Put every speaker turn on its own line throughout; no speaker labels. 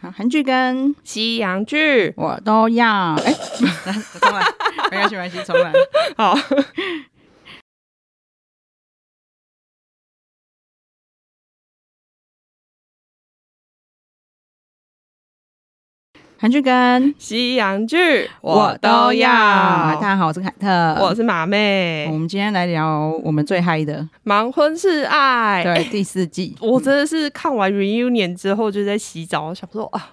看韩剧跟
西洋 剧
我都要。 哎、重来，没关系，没关系，重来。
好，
韩剧跟
西洋剧
大家好，嗯我是凯特，
我是马妹
我，们今天来聊我们最嗨的，
盲婚是爱。
对，
哎
第四季。
我真的是看完 reunion 之后就在洗澡，我想说啊，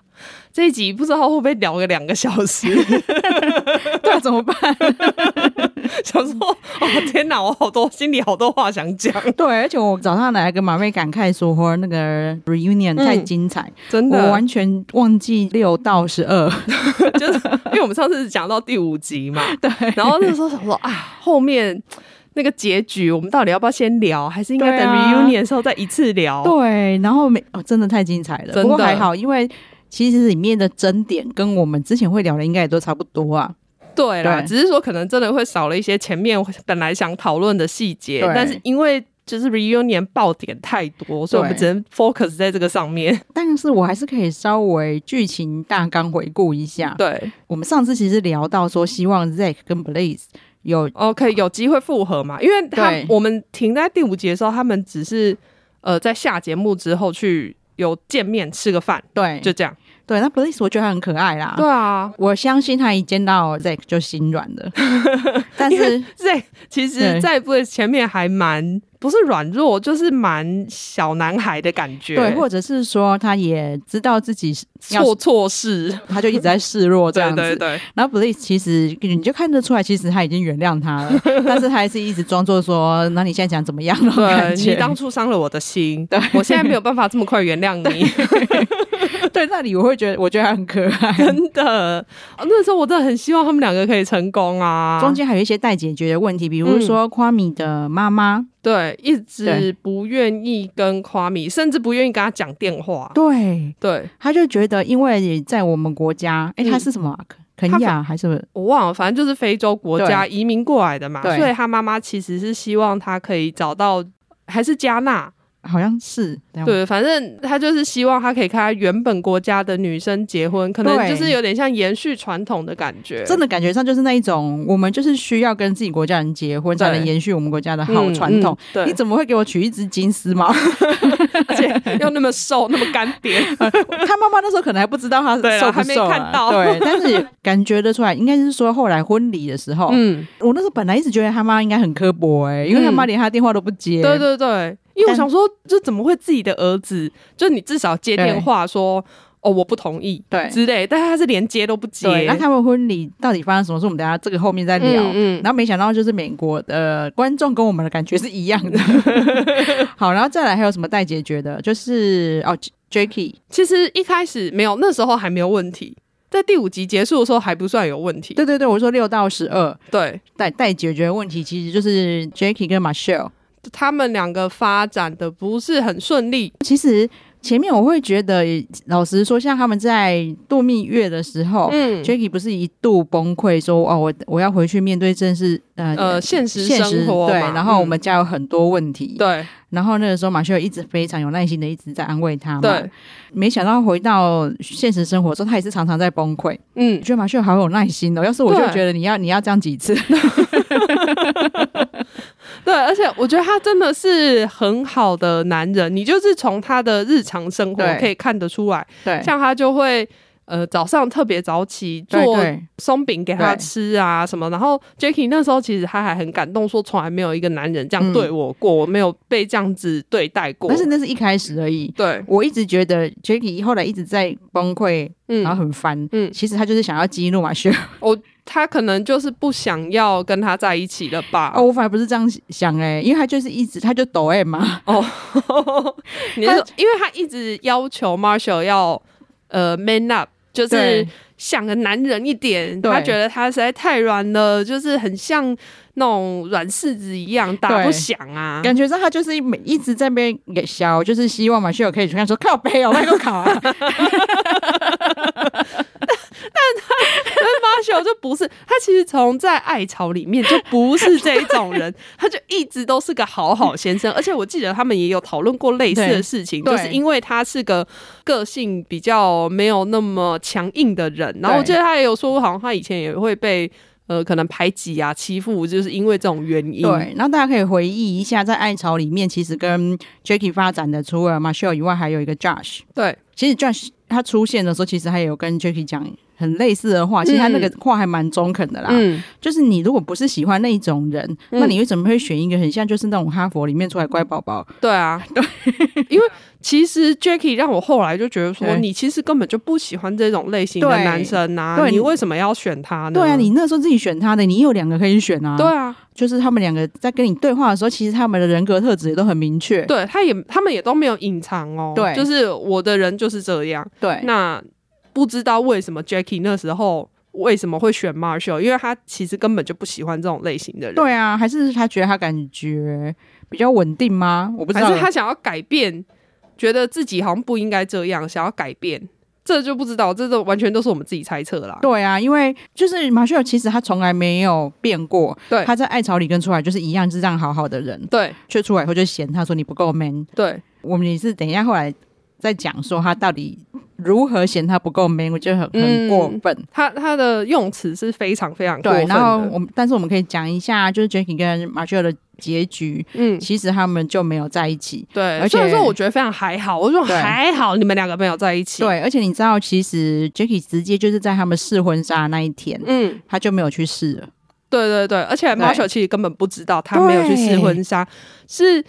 这一集不知道会不会聊个两个小 时，
对啊，怎么办？
想说哦天哪，我好多心里好多话想讲，
对，而且我早上来跟马妹感慨说，那个 reunion 太精彩，
真
我
的，
完全忘记六到十二。
就是因为我们上次讲到第五集嘛，
对，
然后那时候想说啊，后面那个结局我们到底要不要先聊，还是应该
对
等
啊
reunion 的时候再一次聊？
对，然后每哦，真的太精彩了。
真的
不过还好，因为其实里面的争点跟我们之前会聊的应该也都差不多啊。
对啦，
对
只是说可能真的会少了一些前面本来想讨论的细节
对，
但是因为就是 reunion 爆点太多，所以我们
对
只能 focus 在这个上面。
但是我还是可以稍微剧情大纲回顾一下。
嗯对
我们上次其实聊到说，希望 Zack 跟 Blaze 有
，OK，有机会复合嘛？因为他
对
我们停在第五集的时候，他们只是呃在下节目之后去有见面吃个饭，
对
就这样。
对，那 Blaze 我觉得他很可爱啦。
对啊，
我相信他一见到 Zack 就心软 了，但
因
是
为这其
对
实，在 b l a 前面还蛮不是软弱，就是蛮小男孩的感觉，
对，或者是说他也知道自己是要
做错事，
他就一直在示弱这
对
样子。
对对，
然后 Blaze 其实你就看得出来，其实他已经原谅他 了，但是他还是一直装作说：“那你现在想怎么样？”那种
对
感觉
你当初伤了我的心，我现在没有办法这么快原谅你，
对那里我会觉得，我觉得他很可爱。
真的、 啊那时候我真的很希望他们两个可以成功啊！嗯
中间还有一些待解决的问题，比如说夸米的妈妈，
对一
对
直不愿意跟夸米，甚至不愿意跟他讲电话。
对，
对
他就觉得因为在我们国家，哎，
嗯
他是什么啊？肯肯亚还是
我忘了，反正就是非洲国家移民过来的嘛，
对
所以他妈妈其实是希望他可以找到，还是加纳，
好像是这样
对，反正他就是希望他可以跟他原本国家的女生结婚，可能
对
就是有点像延续传统的感觉。
真的感觉上就是那一种，我们就是需要跟自己国家人结婚，才
对
能延续我们国家的好传统。
嗯嗯
你怎么会给我取一只金丝 猫？
对，而且 又那么 瘦，那么干瘪，
嗯他妈妈那时候可能还不知道他
对啊
瘦不
还没
瘦、啊，
看到
对，但是也感觉得出来，应该是说后来婚礼的时候，
嗯，
我那时候本来一直觉得他妈应该很刻薄哎、因为他妈连他电话都不接，
对对对，因为我想说，就怎么会自己的儿子，就你至少接电话说哦我不同意，
对
之类，但是他是连接都不接，
对那他们婚礼到底发生什么事，我们等一下这个后面再聊。
嗯嗯
然后没想到就是美国的观众跟我们的感觉是一样 的。好，然后再来还有什么待解决的？就是哦 j a c k i e
其实一开始没有，那时候还没有问题，在第五集结束的时候还不算有问题，
对对对，我说六到十二
对。
待待解决的问题，其实就是 j a c k i e 跟 Michelle。
他们两个发展的不是很顺利，
其实前面我会觉得，老实说，像他们在度蜜月的时候、
嗯
j a c k i e 不是一度崩溃说：“哦，我我要回去面对正式呃
呃，现实
现实
生活嘛
对，然后我、们
嗯
家有很多问题。
对
然后那个时候马修一直非常有耐心的一直在安慰他嘛。
对，，
没想到回到现实生活之后，他也是常常在崩溃。
嗯
我，觉得马修好有耐心哦，要是我就
对
觉得你要你要这样几次，
对，而且我觉得他真的是很好的男人，你就是从他的日常生活
对
可以看得出来，
对，
像他就会。呃，早上特别早起做
对对
松饼给他
对
吃啊什么，然后 Jacky 那时候其实他还很感动，说从来没有一个男人这样对我过，我没有被这样子对待过。
嗯但是那是一开始而已。
对，
我一直觉得 j a c k i e 后来一直在崩溃，
嗯
然后很烦。
嗯，
其实他就是想要激怒马修。
我他可能就是不想要跟他在一起了吧？
哦，我反而不是这样想哎、因为他就是一直他就抖 M 啊嘛，
哦， 你是说因为他一直要求 Marshall 要呃 man up，就是
对
像个男人一点。
对
他觉得他实在太软了，就是很像那种软柿子一样打
对
不响啊。
感觉上他就是每一直在那边给小，就是希望马修可以去看说靠背哦，外国考啊，
Marshall 就不是他，其实从在爱巢里面就不是这一种 人，他就一直都是个好好先生。而且我记得他们也有讨论过类似的事情，
对
就是因为他是个个性比较没有那么强硬的人，然后我记得他也有说过，好像他以前也会被。呃，可能排挤啊、欺负，就是因为这种原因。
对，然后大家可以回忆一下，在爱巢里面，其实跟 Jackie 发展的除了 Michelle 以外，还有一个 Josh。
对
其实 Josh 他出现的时候，其实他也有跟 Jackie 讲很类似的话，其实他那个话还蛮中肯的啦。
嗯，
就是你如果不是喜欢那一种人，
嗯
那你为什么会选一个很像就是那种哈佛里面出来乖宝宝？
对 啊，对，因为其实 Jackie 让我后来就觉得说，
对
你其实根本就不喜欢这种类型的
对
男生呐、
对
你
你
为什么要选他呢？
对啊，你那时候自己选他的，你也有两个可以选啊。
嗯对，啊，
就是他们两个在跟你对话的时候，其实他们的人格特质也都很明确。
对，他也他们也都没有隐藏哦，
对
就是我的人就是这样。
对
那不知道为什么 Jackie 那时候为什么会选 Marshall，因为他其实根本就不喜欢这种类型的人，
对啊，还是他觉得他感觉比较稳定吗？我不知道
还是他想要改变，觉得自己好像不应该这样，想要改变，这就不知道，这都完全都是我们自己猜测啦。
对啊，因为就是马修尔，其实他从来没有变过。
对
他在爱巢里跟出来就是一样，是这样好好的人，
对
却出来以后就嫌他说你不够 man。
对，
我们也是等一下后来再讲说他到底如何嫌他不够 man，我觉得很很
嗯
过分。
他他的用词是非常非常过
对，
分
然后
的。
我们但是我们可以讲一下，就是 Jackie 跟马修尔的结局，
嗯，
其实他们就没有在一起。
对，
而且
虽然说我觉得非常还好，我说
对
还好，你们两个没有在一起。，
对，而且你知道，其实 Jackie 直接就是在他们试婚纱那一天，
嗯，
他就没有去试了。
对对对，而且
对
Marshall 其实根本不知道他没有去试婚纱，是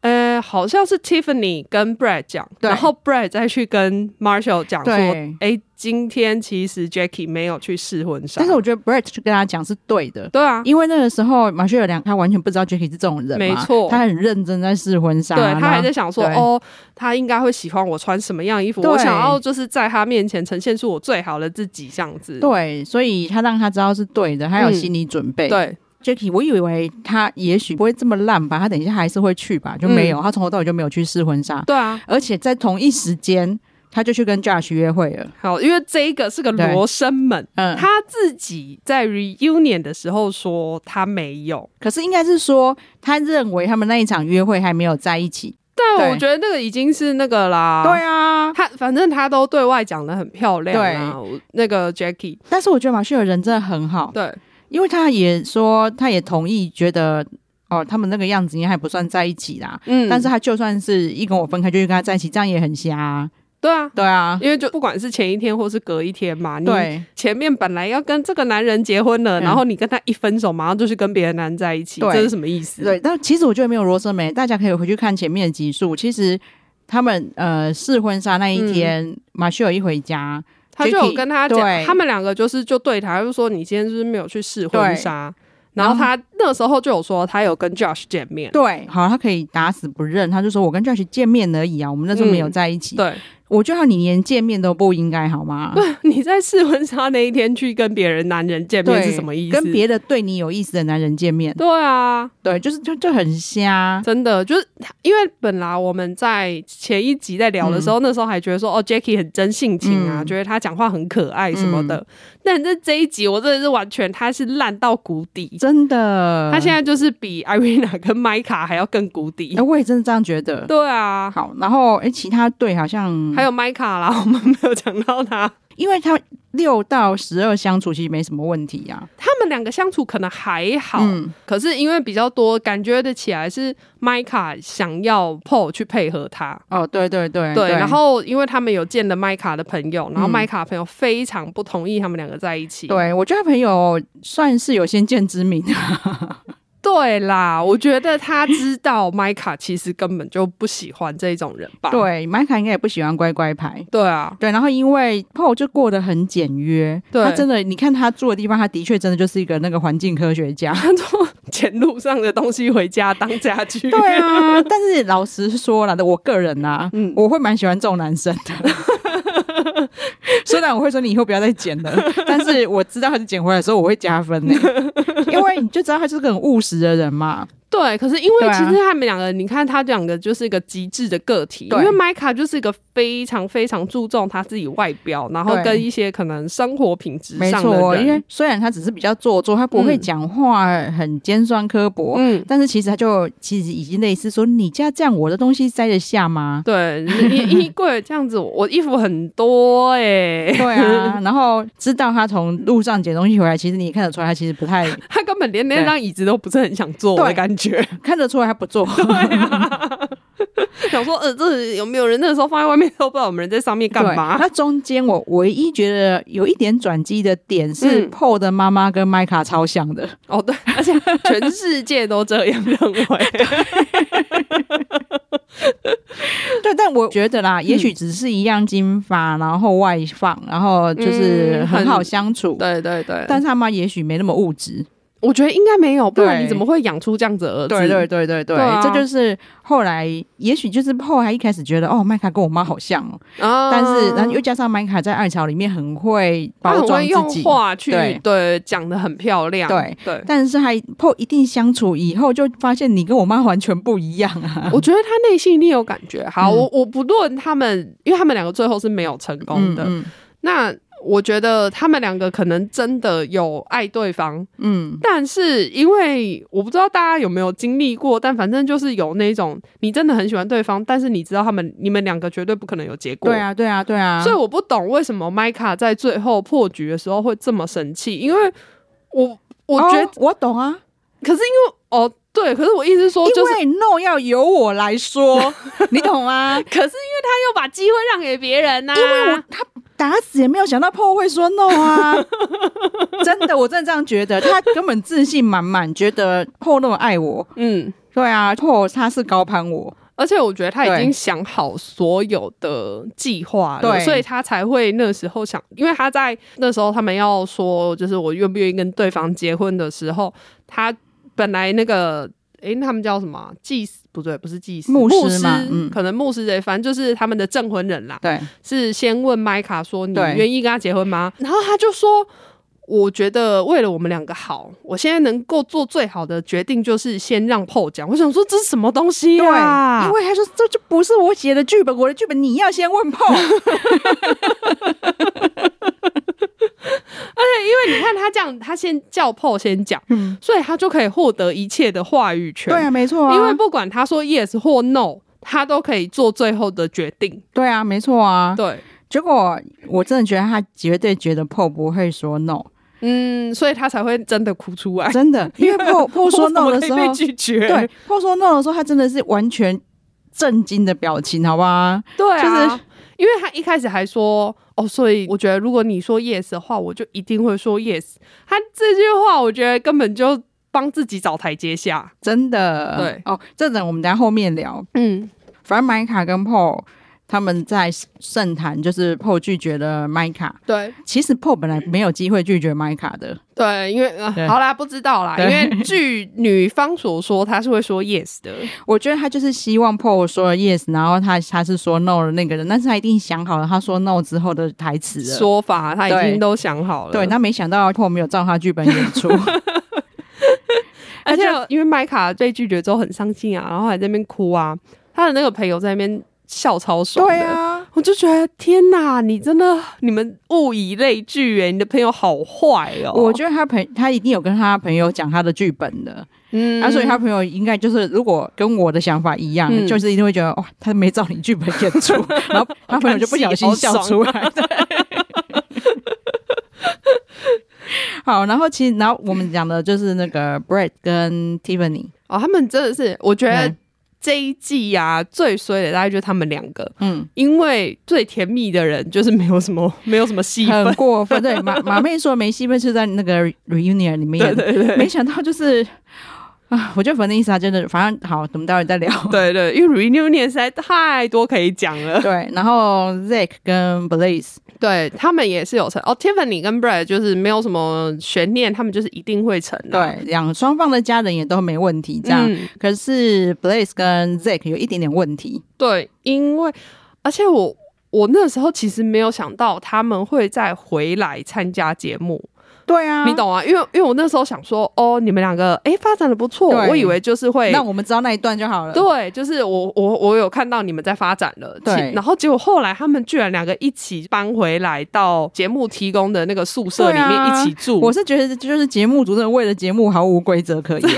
呃，好像是 Tiffany 跟 Brad 讲，
对
然后 Brad 再去跟 Marshall 讲说，
对
哎，今天其实 Jackie 没有去试婚纱，
但是我觉得 Brett 去跟他讲是对的，
对啊，
因为那个时候马修尔良他完全不知道 Jackie 是这种人嘛，
没错
他很认真在试婚纱，
对他还
然后
在想说，
对
哦，他应该会喜欢我穿什么样衣服，
对
我想要就是在他面前呈现出我最好的自己，这样子。
对，所以他让他知道是对的，他有心理准备。
对
Jackie，我以为他也许不会这么烂吧，他等一下还是会去吧，就
嗯
没有，他从头到尾就没有去试婚纱，
对啊，
而且在同一时间他就去跟 Josh 约会了。
好，因为这一个是个罗生门，
嗯，
他自己在 reunion 的时候说他没有，
可是应该是说，他认为他们那一场约会还没有在一起。
但
对
我觉得那个已经是那个啦，
对啊，
他反正他都对外讲的很漂亮啊，我那个 Jackie，
但是我觉得马修尔人真的很好，
对
因为他也说，他也同意，觉得哦，他们那个样子应该还不算在一起啦。
嗯
但是他就算是一跟我分开，就去跟他在一起，这样也很瞎、啊。
对啊，
对啊，
因为就不管是前一天或是隔一天嘛，你
对
前面本来要跟这个男人结婚了，
嗯
然后你跟他一分手，马上就去跟别的男人在一起，
对
这是什么意思？
对。但其实我觉得没有罗生门，大家可以回去看前面的集数。其实他们呃试婚纱那一天，马修尔一回家，
他就有
Jackie，
跟他讲
对，
他们两个就是就对谈，他就说你今天就是没有去试婚纱，然后他那时候就有说他有跟 Josh 见面，
对，好，他可以打死不认，他就说我跟 Josh 见面而已啊，我们那时候没有在一起。
对，
我觉得你连见面都不应该好吗？
你在试婚纱那一天去跟别人男人见面
对，
是什么意思？
跟别的对你有意思的男人见面，
对啊，
对，就是就就很瞎。
真的就是因为本来我们在前一集在聊的时候，那时候还觉得说哦，Jackie 很真性情啊，
嗯
觉得他讲话很可爱什么的。但在这一集，我真的是完全他是烂到谷底，
真的，
他现在就是比 Irina 跟 Mika 还要更谷底。
哎、我也真的这样觉得。
对啊，
好，然后哎、其他队好像
还有 Mika 啦，我们没有讲 到他。
因为他六到十二相处其实没什么问题呀、
他们两个相处可能还好，
嗯，
可是因为比较多，感觉得起来是 Mika 想要 Paul 去配合他，
哦，对对对
对，然后因为他们有见了麦卡的朋友，然后
嗯
麦卡的朋友非常不同意他们两个在一起。
对我觉得他朋友算是有先见之明，
对啦，我觉得他知道麦卡其实根本就不喜欢这种人吧？
对，麦卡应该也不喜欢乖乖牌。
对啊，
对，然后因为 Paul 就过得很简约，
对
他真的，你看他住的地方，他的确真的就是一个那个环境科学家。
他做捡路上的东西回家当家具。
对啊，但是老实说了，我个人啊，
嗯
我会蛮喜欢这种男生的。虽然我会说你以后不要再剪了，但是我知道他是捡回来的时候，我会加分呢、因为你就知道他是个很务实的人嘛。
对，可是因为
对啊
其实他们两个，你看他两个就是一个极致的个体，因
对
为麦卡就是一个非常非常注重他自己外表，然后
对
跟一些可能生活品质
没
上的
错，因为
人，
虽然他只是比较做作，他不会
嗯
讲话，很尖酸刻薄，
嗯。
但是其实他就其实已经类似说，你家这样我的东西塞得下吗？
对，衣衣柜这样子，我衣服很多哎、
对啊，然后知道他从路上捡东西回来，其实你也看得出来，他其实不太
他根本连那
对
张椅子都不是很想坐
对
的感觉。
看得出来他不做。
想说，呃，这有没有人那个时候放在外面都不知道我们人在上面干
对
嘛？
那中间我唯一觉得有一点转机的点是
嗯
PO 的妈妈跟麦卡超像 的，
哦，对，而且全世界都这样认为。
对，但我 觉得
嗯
啦，也许只是一样金发，然后外放，然后就是
嗯
很
很
好相处，
对对对，
但是他妈也许没那么物质。
我觉得应该没有，不然
对
你怎么会养出这样子的儿子？
对对对对对，
对啊
这就是后来，也许就是后来一开始觉得哦，麦卡跟我妈好像哦，
啊
但是然后又加上麦卡在二潮里面很会
他
包
很
装
会用
自己。
话去
对
对讲的很漂亮，
对
对。
但是还破一定相处以后，就发现你跟我妈完全不一样啊！
我觉得他内心一定有感觉。好，
嗯
我我不论他们，因为他们两个最后是没有成功的。
嗯
那我觉得他们两个可能真的有爱对方，
嗯
但是因为我不知道大家有没有经历过，但反正就是有那种你真的很喜欢对方，但是你知道他们你们两个绝对不可能有结果。
对。啊，对啊，对啊，
所以我不懂为什么麦卡在最后破局的时候会这么生气，因为我我觉得，
哦我懂啊，
可是因为哦对，可是我意思是说，就是
因为 no 要由我来 说，你懂吗？
可是因为他又把机会让给别人啊呐、
因为我他打死也没有想到破会说 no 啊！真的，我真的这样觉得，他根本自信满满，觉得破那么爱我。
嗯，
对啊，破他是高攀我，
而且我觉得他已
对
经想好所有的计划了，
对
所以他才会那时候想，因为他在那时候他们要说，就是我愿不愿意跟对方结婚的时候，他本来那个。诶，那他们叫什么啊？祭司不对，不是祭司，
牧师
师
嘛嗯
可能牧师这反正就是他们的证婚人啦。
对
是先问麦卡说：“你
对
愿意跟他结婚吗？” 然后他就说：“我觉得为了我们两个好，我现在能够做最好的决定就是先让 PO 讲。”我想说这是什么东西
对，
啊？
因为他说这就不是我写的剧本，我的剧本你要先问破。
因为你看他这样，他先叫 PO 先讲，所以他就可以获得一切的话语权。
对啊，没错啊，
因为不管他说 yes 或 no，他都可以做最后的决定。
对啊，没错啊。
对，
结果我真的觉得他绝对觉得破不会说 no，
嗯，所以他才会真的哭出来。
真的，因为破 破说 no 的时候
哎我怎么可以，被拒绝，
对，破说 no 的时候，他真的是完全震惊的表情，好吧？
对啊，
就是
因为他一开始还说哦，所以我觉得如果你说 yes 的话，我就一定会说 yes。他这句话，我觉得根本就帮自己找台阶下。
真的，
对
哦，这等我们等一下后面聊。
嗯，
反正麦卡跟 Paul 他们在圣坛，就是 Paul 拒绝了麦卡。
对
其实 Paul 本来没有机会拒绝麦卡的，
对，因为、呃
对
好啦，不知道啦，因
对
为据女方所说，她是会说 yes 的。
我觉得他就是希望 Paul 说 yes，然后他他是说 no 的那个人，但是他一定想好了他说 no 之后的台词了。
说法她已
对
经都想好了，
对，那没想到 Paul 没有照他剧本演 出，
而且因为麦卡被拒绝之后很伤心啊，然后还在那边哭啊，她的那个朋友在那边笑超爽的，
对啊，
我就觉得天哪，你真的你们物以类聚哎，你的朋友好坏哦。
我觉得他朋他一定有跟他朋友讲他的剧本的，
嗯
啊，所以他朋友应该就是如果跟我的想法一样，
嗯
就是一定会觉得哇，他没照你剧本演 出，然后他朋友就不小心笑出来。对好，然后其实，然后我们讲的就是那个 Brett 跟 Tiffany，
哦，他们真的是，我觉得
嗯
这一季啊最衰的大概就是他们两个，
嗯，
因为最甜蜜的人就是没有什 么没有什么戏
很
份，
过分。对，马马妹说没戏份是在那个 reunion 里面
对
演的，
对对。
没想到就是啊，我觉得粉的意思啊，真的，反正好，我们待会再聊。
对对，因为 reunion 实在太多可以讲了。
对，然后 Zack 跟 Blaze，
对他们也是有成哦，Tiffany 跟 Brad 就是没有什么悬念，他们就是一定会成、啊。
对，两双方的家人也都没问题，这样。
嗯
可是 Blaze 跟 Zack 有一点点问题，
对，因为而且我我那时候其实没有想到他们会再回来参加节目，
对啊，
你。懂啊？因为因为我那时候想说，哦，你们两个哎、诶发展的不错，
对
我以为就是会
那我们知道那一段就好了。
对，就是我我我有看到你们在发展了，
对
其然后结果后来他们居然两个一起搬回来到节目提供的那个宿舍里
对
面
啊
一起住，
我是觉得就是节目组真的为了节目毫无规则可 言，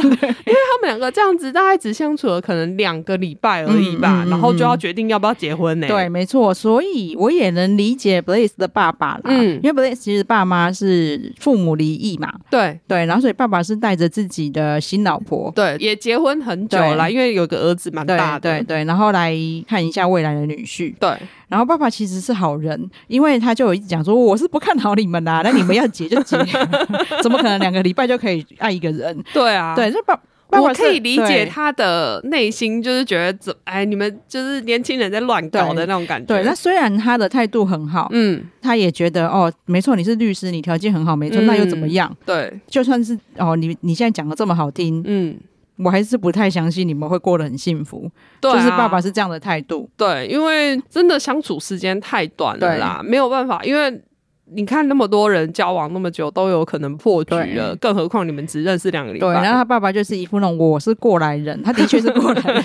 他们两个这样子大概只相处了可能两个礼拜而已
嗯
吧，
嗯嗯
然后就要决定要不要结婚呢、
对，，没错，所以我也能理解 Blaze 的爸爸啦，
嗯
因为 Blaze 其实爸妈是父母离异嘛，
对
对，然后所以爸爸是带着自己的新老婆，
对，也结婚很久了，因为有个儿子蛮
对
大的，
对对，然后来看一下未来的女婿，
对
然后爸爸其实是好人，因为他就有一直讲说我是不看好你们啦、那你们要结就结， 怎么可能两个礼拜就可以爱一个人？
对啊，
对，这爸爸
我
爸
可以理解
他。
他的内心，就是觉得怎哎，你们就是年轻人在乱搞的
对
那种感觉。
对，那虽然他的态度很好，
嗯，
他也觉得哦，没错，你是律师，你条件很好，没错，
嗯
那又怎么样？
对，
就算是哦，你你现在讲的这么好听，
嗯，
我还是不太相信你们会过得很幸福。
对、啊，
就是爸爸是这样的态度，
对，因为真的相处时间太短了
对
啦，没有办法，因为。你看那么多人交往那么久都有可能破局
对
了，更何况你们只认识两个礼
对。然后
拜。
他爸爸就是一副那种我是过来人，他的确是过来 人，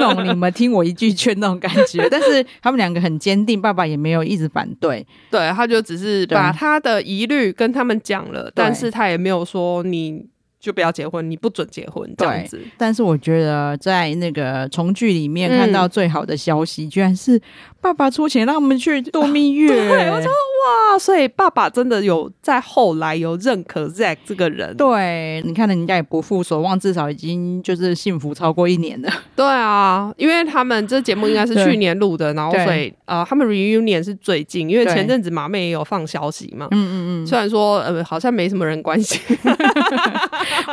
那种你们听我一句劝那种感觉。但是他们两个很坚定，爸爸也没有一直反对，
对，他就只是把
对
他的疑虑跟他们讲了，但是他也没有说你就不要结婚，你不准结婚这样
对
子。
但是我觉得在那个重聚里面
嗯
看到最好的消息，居然是爸爸出钱让我们去度蜜月。
对我哇，啊所以爸爸真的有在后来有认可 Zack 这个人。
对，你看人家也不负所望，至少已经就是幸福超过一年了。
对啊，因为他们这节目应该是
对
去年录的，然后
对
所以呃，他们 reunion 是最近，因为
对
前阵子马妹也有放消息嘛，
嗯嗯
虽然说呃好像没什么人关心，
嗯，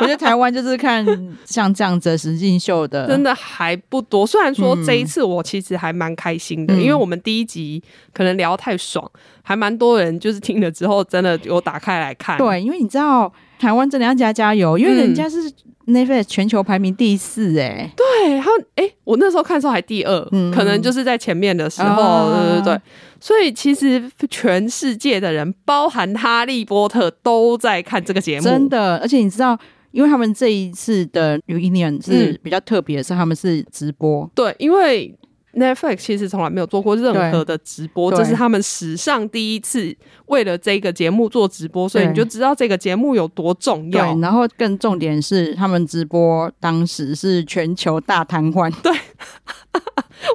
我觉得台湾就是看像这样子的实境秀的，
真的还不多。虽然说这一次我其实还蛮开心的，
嗯
因为我们第一集可能聊太爽，还蛮多人就是听了之后真的有打开来嗯看。
对，因为你知道台湾真的要加加油，因为人家是 Netflix 全球排名第四哎、
对，然后哎，我那时候看的时候还第二，
嗯
可能就是在前面的时候，
啊
对对对。所以其实全世界的人，包含哈利波特，都在看这个节目。
真的，而且你知道。因为他们这一次的 reunion 是
嗯
比较特别的是，他们是直播，
对，因为 Netflix 其实从来没有做过任何的直播，
对
这是他们史上第一次为了这个节目做直播，所以
对
你就知道这个节目有多重
对
要。，
然后更重点是他们直播当时是全球大瘫 痪，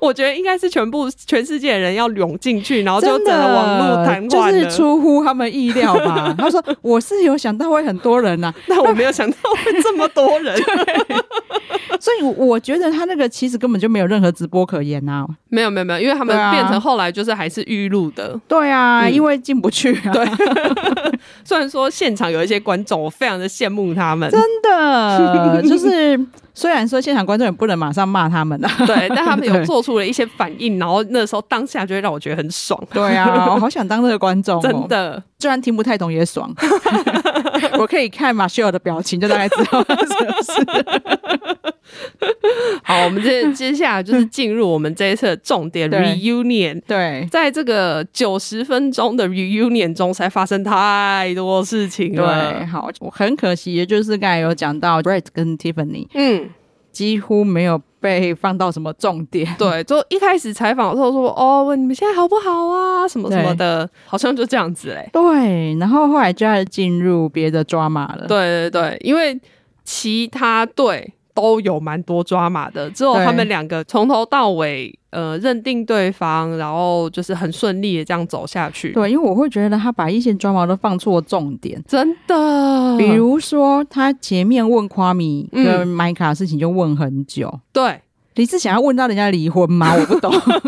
我觉得应该是全部全世界的人要涌进去，然后就
真
整
的
个网络瘫痪
就
了。
是出乎他们意料 吧。他说我是有想到会很多人啊呐、
但我没有想到会这么多 人，
所以我觉得他那个其实根本就没有任何直播可言啊呐、
没有没有没有，因为他
对
们
啊
变成后来就是还是预录的。
对啊，
嗯
因为进不去啊。对，
虽然说现场有一些观众，我非常的羡慕他们，
真 的就是虽然说现场观众也不能马上骂他们啊。
对，但他们有
对
做出了一些反应，然后那时候当下就会让我觉得很爽，
对啊， 我好想当那个观众、哦，
真，的。
虽然听不太懂也 爽。我可以看马修尔的表情，就大概知道他是不是。
好，我们接接下来就是进入我们这一次的重 点
对
reunion。
对
在这个九十分钟的 reunion 中，才发生太多事情
对，
了。
好，我很可惜，也就是刚才有讲到 Brett 跟 Tiffany
嗯，
几乎没有被放到什么重点。
对，就一开始采访的时候说：“哦，你们现在好不好啊？什么什么的，好像就这样子嘞。
对，然后后来就要进入别的抓马了。”
对对对，因为其他队都有蛮多抓马的，只有
对
他们两个从头到尾呃认定对方，然后就是很顺利的这样走下去。，
对，因为我会觉得他把一些抓毛都放错重点。
真的，
比如说，他前面问夸米
嗯
跟麦卡的事情就问很久，
对。
你是想要问到人家离婚 吗？我不懂。
因为他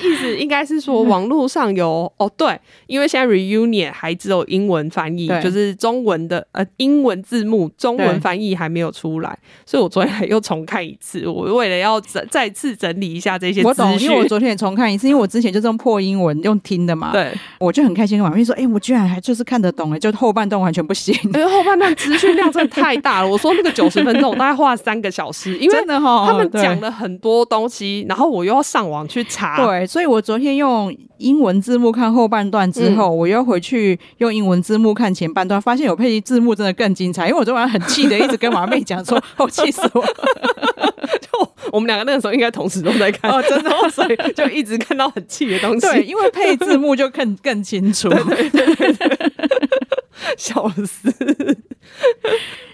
意思应该是说
嗯
网络上有哦，对，因为现在 reunion 还只有英文翻译
对，
就是中文的呃英文字幕，中文翻译还没有出来，所以我昨天还又重看一次，我为了要再再次整理一下这些
我
资
懂，因为我
讯。
昨天也重看一次，因为我之前就是用破英文用听的嘛。
对
我就很开心跟婉玉说，哎、我居然还就是看得懂哎、就后半段完全不行，
因哎为后半段资讯量真的太大了。我说那个九十分 钟，我大概花了三个小时，因为
真的哈，
他们
对
讲了啊很多东西，然后我又要上网去查。
对，所以我昨天用英文字幕看后半段之
嗯
后，我又回去用英文字幕看前半段，发现有配字幕真的更精彩。因为我昨晚很气的，一直跟马妹讲说， 我气死我了，
我们两个那个时候应该同时都在看，
哦真
的，所以就一直看到很气的东
对，
西，
因为配字幕就更更清楚。
笑死。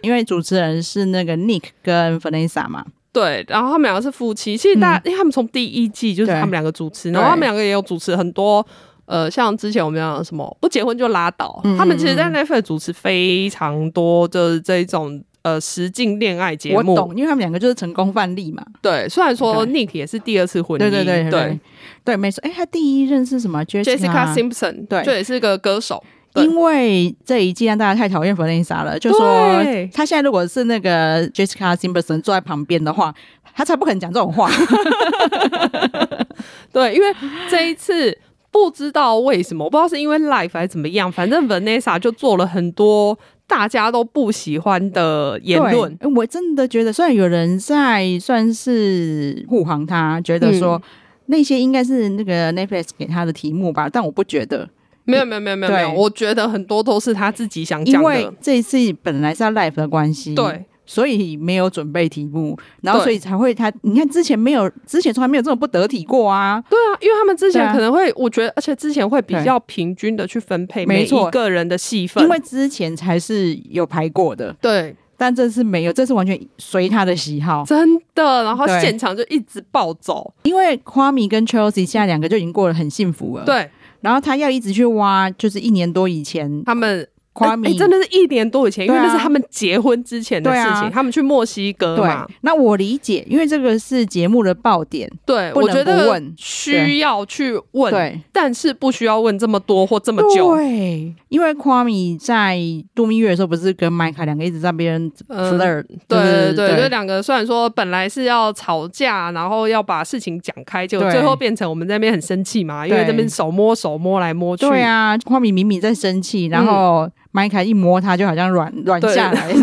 因为主持人是那个 Nick 跟 Vanessa 嘛，
对，然后他们两个是夫妻，其实大家、因为他们从第一季就是
嗯对
他们两个主持，然后他们两个也有主持很多。呃，像之前我们讲的什么不结婚就拉倒，
嗯
他们其实，在 Netflix 主持非常多，就是这一种呃实境恋爱节
我
目。
懂，因为他们两个就是成功范例嘛。
对，虽然说
对
Nick 也是第二次婚姻，
对对对
对
对，没错。哎，他第一任是什么
Jessica Simpson
对
就也是个歌手，对
因为这一季让大家太讨厌弗雷莎了，就说
对
他现在如果是那个 Jessica Simpson 坐在旁边的话，他才不肯讲这种话。
对，因为这一次不知道为什么，我不知道是因为 life 还是怎么样，反正 Vanessa 就做了很多大家都不喜欢的言论。
对，我真的觉得，虽然有人在算是护航他，觉
嗯
得说。那些应该是那个 Netflix 给他的题目吧，但我不觉得，
没有没有没有没有没有，
对
我觉得很多都是他自己想
因
讲
为
的。
这一次本来是要 live 的关系，
对，
所以没有准备题目，然后
对
所以才会他，你看之前没有，之前从来没有这么不得体过啊，
对啊，因为他们之
对啊
前可能会，我觉得，而且之前会比
对
较平均的去分配
没
每
错
一个人的戏份，
因为之前才是有排过的，
对，
但这次没有，这次完全随他的喜好，
真的，然后
对
现场就一直暴走，
因为 Kwame 跟 Chelsea 现在两个就已经过得很幸福了，，
对
然后他要一直去挖，就是一年多以前
他们。
Kwame、
哎真的是一年多以前，因为
对啊
那是他们结婚之前的
对
事
啊
情，他们去墨西哥
对
嘛，，
那我理解，因为这个是节目的爆点，
对，
不
我
能
觉
不
得
问对
需要去问，
对。
但是不需要问这么多或这么久。
对，因为 Kwame 在度蜜月的时候，不是跟麦卡两个一直在别人
嗯，
flirt，、
对
对
对对，这两个虽然说本来是要吵架，然后要把事情讲开，结果
对
最后变成我们在那边很生气嘛，因为
对
这边手摸手摸来摸去，嗯
对啊，花米明明在生气，然后麦卡一摸他，就好像软 软
对
下来。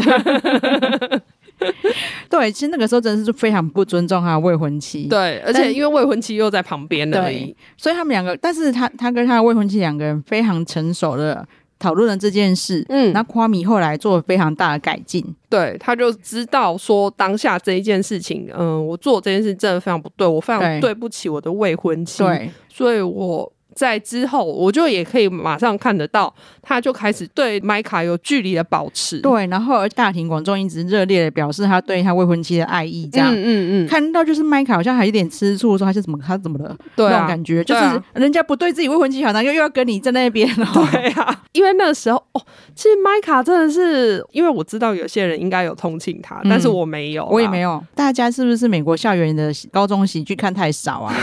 对，其实那个时候真的是非常不尊重他的未婚妻。，
对，而且
但
因为未婚妻又在旁边而已
对，所以他们两个，但是他他跟他的未婚妻两个人非常成熟的讨论了这件事。
嗯，
那夸米后来做了非常大的改进，
对，他就知道说当下这一件事情，嗯，我做这件事真的非常不对，我非
对
常对不起我的未婚妻，
对
所以我在之后，我就也可以马上看得到，他就开始对麦卡有距离的保持。，
对，然后而大庭广众一直热烈的表示他对他未婚妻的爱意，这样、
嗯嗯嗯，
看到就是麦卡好像还有点吃醋，说他是怎么他怎么了、
对
那种
啊，
感觉，就
对啊
是人家不对自己未婚妻好，然后又又要跟你在那边 哦，
对啊，因为那个时候哦，其实麦卡真的是，因为我知道有些人应该有同情他，
嗯
但是我没有，
我也没
有。
有，大家是不是美国校园的喜高中喜剧看太少 啊？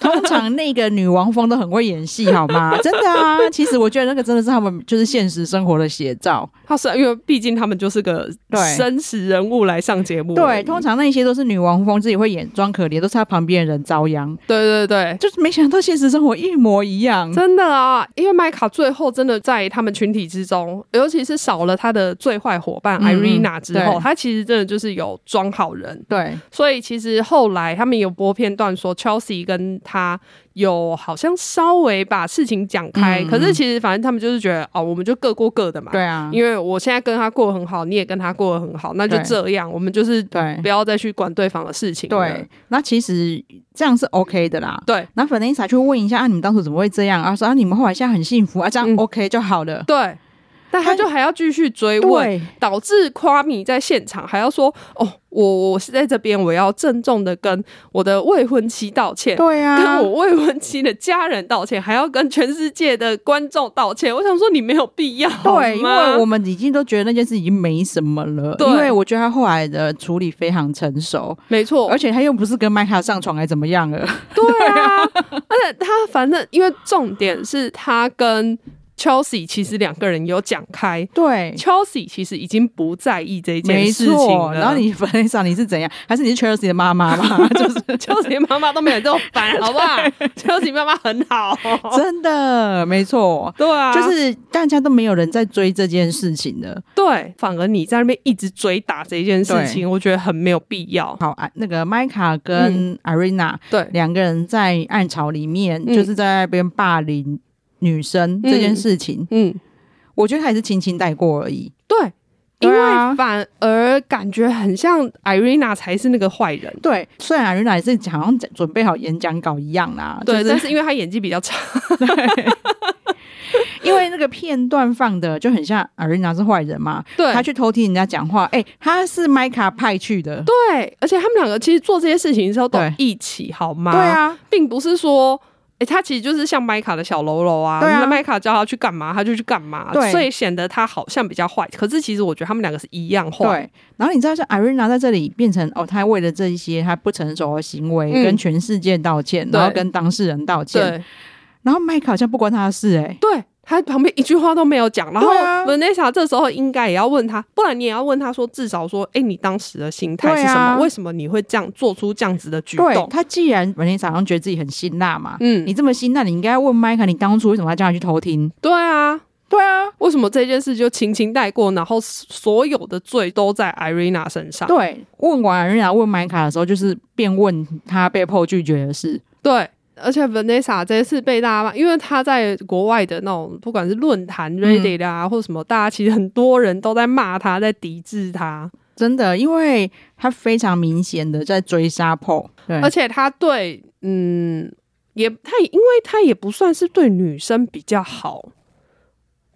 通常那个女王峰都很会演戏，好吗？真的啊，其实我觉得那个真的是他们就是现实生活的写照。
他是因为毕竟他们就是个
对
真实人物来上节目而
对，
已，
通常那些都是女王峰自己会演装可怜，都是她旁边的人遭殃，
对对对。
就是没想到现实生活一模一样。
真的啊，因为麦卡最后真的在他们群体之中，尤其是少了他的最坏伙伴
嗯嗯
Irina 之后，
对
他其实真的就是有装好人，
对
所以其实后来他们有播片段说，Chelsea 跟他有好像稍微把事情讲开，
嗯
可是其实反正他们就是觉得哦，我们就各过各的嘛。
对啊，
因为我现在跟他过得很好，你也跟他过得很好，那就这样，我们就是
对
不要再去管对方的事情了。
对，那其实这样是 OK 的啦。
对
然后 Vanessa 就问一下啊，你们当初怎么会这样？啊，说啊，你们后来现在很幸福啊，这样
嗯
OK 就好了。
对，但他就还要继续追问，
对
导致夸米在现场还要说：“哦，我我是在这边，我要郑重的跟我的未婚妻道歉。”
对啊，
跟我未婚妻的家人道歉，还要跟全世界的观众道歉。我想说，你没有必要
对，因为我
吗？
们已经都觉得那件事已经没什么了，
对
因为我觉得他后来的处理非常成熟，
没错
而，且他又不是跟麦卡上床还怎么样了，
对啊，而且他反正因为重点是他跟 Chelsea 其实两个人有讲开
对，
，Chelsea 其实已经不在意这件
没
事情
错。
了。
然后你 Vanessa 你是怎样？还是你是 Chelsea 的妈妈 嘛？就是
Chelsea 妈妈都没有这么烦，好不 好？Chelsea 妈妈很好，
真的，没错。
对啊，
就是大家都没有人在追这件事情了。
对，反而你在那边一直追打这件事情，我觉得很没有必要。
好，啊那个 Micah 跟 Arena
对，
两个人在暗潮里面，
嗯
就是在那边霸凌女生这件事情，
嗯，
我觉得还是轻轻带过而已。
对，因
对啊
为反而感觉很像 Irina 才是那个坏人。
对，虽然 Arena 也是好像准备好演讲稿一样啦，
对，
就
但
是
是因为她演技比较差，
因为那个片段放的就很像 Arena 是坏人嘛，
对，
他去偷听人家讲话，哎、他是 Micah 派去的，
对，而且他们两个其实做这些事情的时候都
对
一起，好吗？
对，啊，
并不是说。诶，他其实就是像麦卡的小喽啰啊，
对啊
那麦卡叫他去干嘛，他就去干嘛，
对
所以显得他好像比较坏。可是其实我觉得他们两个是一样坏，
对。然后你知道，像 Arena 在这里变成哦，他为了这一些他不成熟的行为，
嗯
跟全世界道歉，
对
然后跟当事人道歉。
对
然后 Mike 好像不关他的事、哎，
对，他旁边一句话都没有讲。然后
对啊
Vanessa 这时候应该也要问他，不然你也要问他说，至少说，诶，你当时的心态是什么？
对啊
为什么你会这样做出这样子的举
对
动？
他既然 Vanessa 好像觉得自己很辛辣嘛，
嗯，
你这么辛辣，你应该问 Mike，你当初为什么要叫他去偷听？
对啊，
对啊，
为什么这件事就轻轻带过，然后所有的罪都在 Irina 身上？
对，问完 Arena 问 Mike 的时候，就是便问他被迫拒绝的事。
对，而且 Vanessa 这一次被大家骂，因为她在国外的那种不管是论坛 Reddit 啊，或者什么，大家其实很多人都在骂她，在抵制她，
真的，因为他非常明显的在追杀 Paul，对，
而且她对嗯，也她因为她也不算是对女生比较好。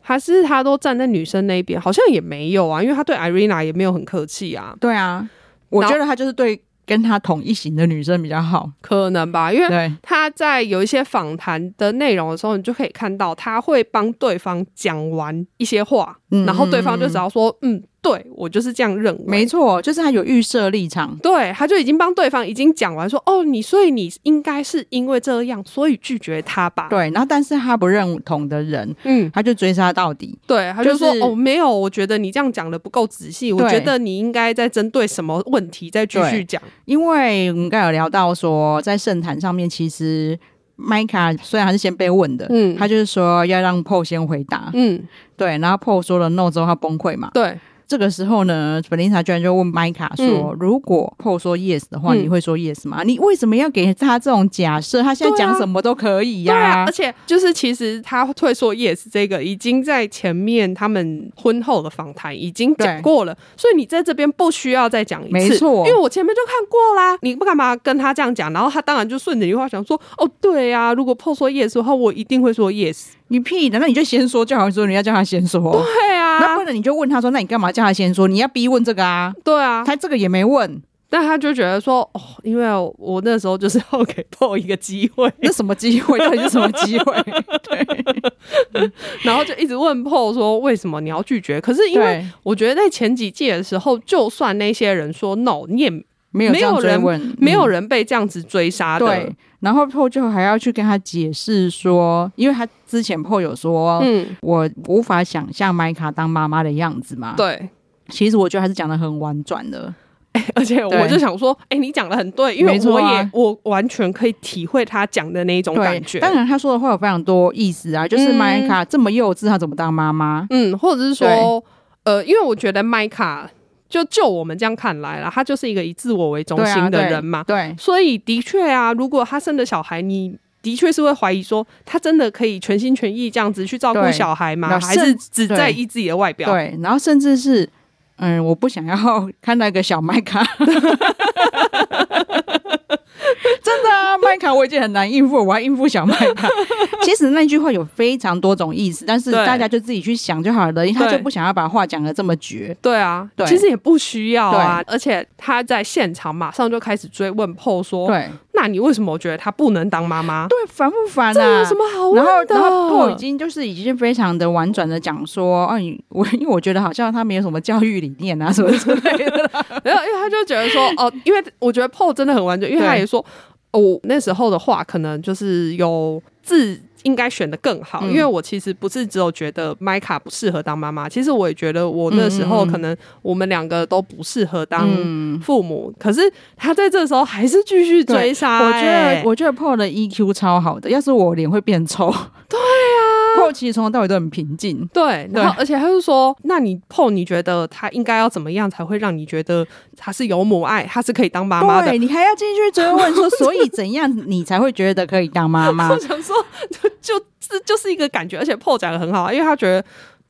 还是她都站在女生那一边，好像也没有啊，因为她对 Irina 也没有很客气啊，
对啊，我觉得他就是对跟他同一型的女生比较好。
可能吧，因为
对，
他在有一些访谈的内容的时候，你就可以看到他会帮对方讲完一些话，
嗯
然后对方就只要说嗯，对我就是这样认为，
没错，就是他有预设立场。
对，他就已经帮对方已经讲完说哦，你所以你应该是因为这样，所以拒绝他吧，，
对，然后但是他不认同的人，
嗯。
他就追杀到底。
对，他就说、
就是
哦，没有，我觉得你这样讲的不够仔细，我
对
觉得你应该再针对什么问题再继续
对
讲。
因为我们刚才有聊到说，在圣坛上面，其实麦卡虽然他是先被问的，
嗯
他就是说要让 Paul 先回答，
嗯，
对，然后 Paul 说了 no 之后，他崩溃嘛。
对，
这个时候呢，本琳塔居然就问麦卡说：“如果 Paul 说 yes 的话，
嗯
你会说 yes 吗？你为什么要给他这种假设？他现在
对啊
讲什么都可以
对啊
呀、，
而且就是其实他退缩 yes 这个已经在前面他们婚后的访谈已经讲过了，所以你在这边不需要再讲一次，
没错
因为我前面就看过啦，你不干嘛跟他这样讲，然后他当然就顺着你话想说，哦，对啊，如果破说 yes 的话，我一定会说 yes，
你屁的！那你就先说就好，说你要叫他先说。
对
那
啊
不，然你就问他说：那你干嘛叫他先说？你要逼问这个啊？
对啊，
他这个也没问，
但他就觉得说，哦，因为我那时候就是要给破一个机会，
那什么机会？到底是什么机会？
然后就一直问破说，为什么你要拒绝？可是因为
对，
我觉得在前几届的时候，就算那些人说 no，你也
没有这样
没有
追
人
问，
没有
嗯
人被这样子追杀的。
对，然后 Paul 就还要去跟他解释说，因为他之前 Paul 有说，
嗯，
我无法想象麦卡当妈妈的样子嘛。，
对。
其实我觉得还是讲的很婉转的。
而且我
对
就想说，哎、你讲的很对，因为
没错
我也、
啊
我完全可以体会他讲的那一种
对
感，觉。
当然他说的话有非常多意思啊，就是
嗯
麦卡这么幼稚，他怎么当妈妈？
嗯，或者是说
对，
呃，因为我觉得麦卡，就就我们这样看来啦，他就是一个以自我为中
对啊
心的
对
人嘛，
对
所以的确啊，如果他生的小孩，你。的确是会怀疑说，他真的可以全心全意这样子去照顾
对
小孩吗？
那
还是
甚
只
对
在意自己的外表？
对，然后甚至是。嗯，我不想要看那个小麦 卡，真的啊，麦卡我已经很难应付，我还应付小麦 卡。其实那句话有非常多种意思，但是
对
大家就自己去想就好了，因为他
对
就不想要把话讲的这么绝。
对啊，
对
其实也不需要啊。而且他在现场马上就开始追问 PO 说
对，：“
那你为什么觉得他不能当妈妈？
对，烦不烦
这
啊？
有什么好
然后
问的？”
然后破已经就是已经非常的婉转的讲说，啊，你我因为我觉得好像他没有什么教育理念啊什么之类的，
没有，因为他就觉得说：“哦，因为我觉得 PO 真的很完整，因为他
对
也说，哦，我那时候的话可能就是有自应该选的更好，
嗯
因为我其实不是只有觉得麦卡不适合当妈妈，其实我也觉得我那时
嗯
候
嗯嗯
可能我们两个都不适合当
嗯，
父母，可是他在这时候还是继续追杀、
我觉
欸
得我觉得 PO 的 EQ 超好的，要是我脸会变臭。对呀、啊、，PO 其实从头到尾都很平静。
对，
对
然后而且他就说，那你碰你觉得他应该要怎么样才会让你觉得他是有母爱，他是可以当妈妈的？
对你还要进去追问说，所以怎样你才会觉得可以当妈妈
我？想说，就就这就是一个感觉，而且 PO 讲的很好啊，因为他觉得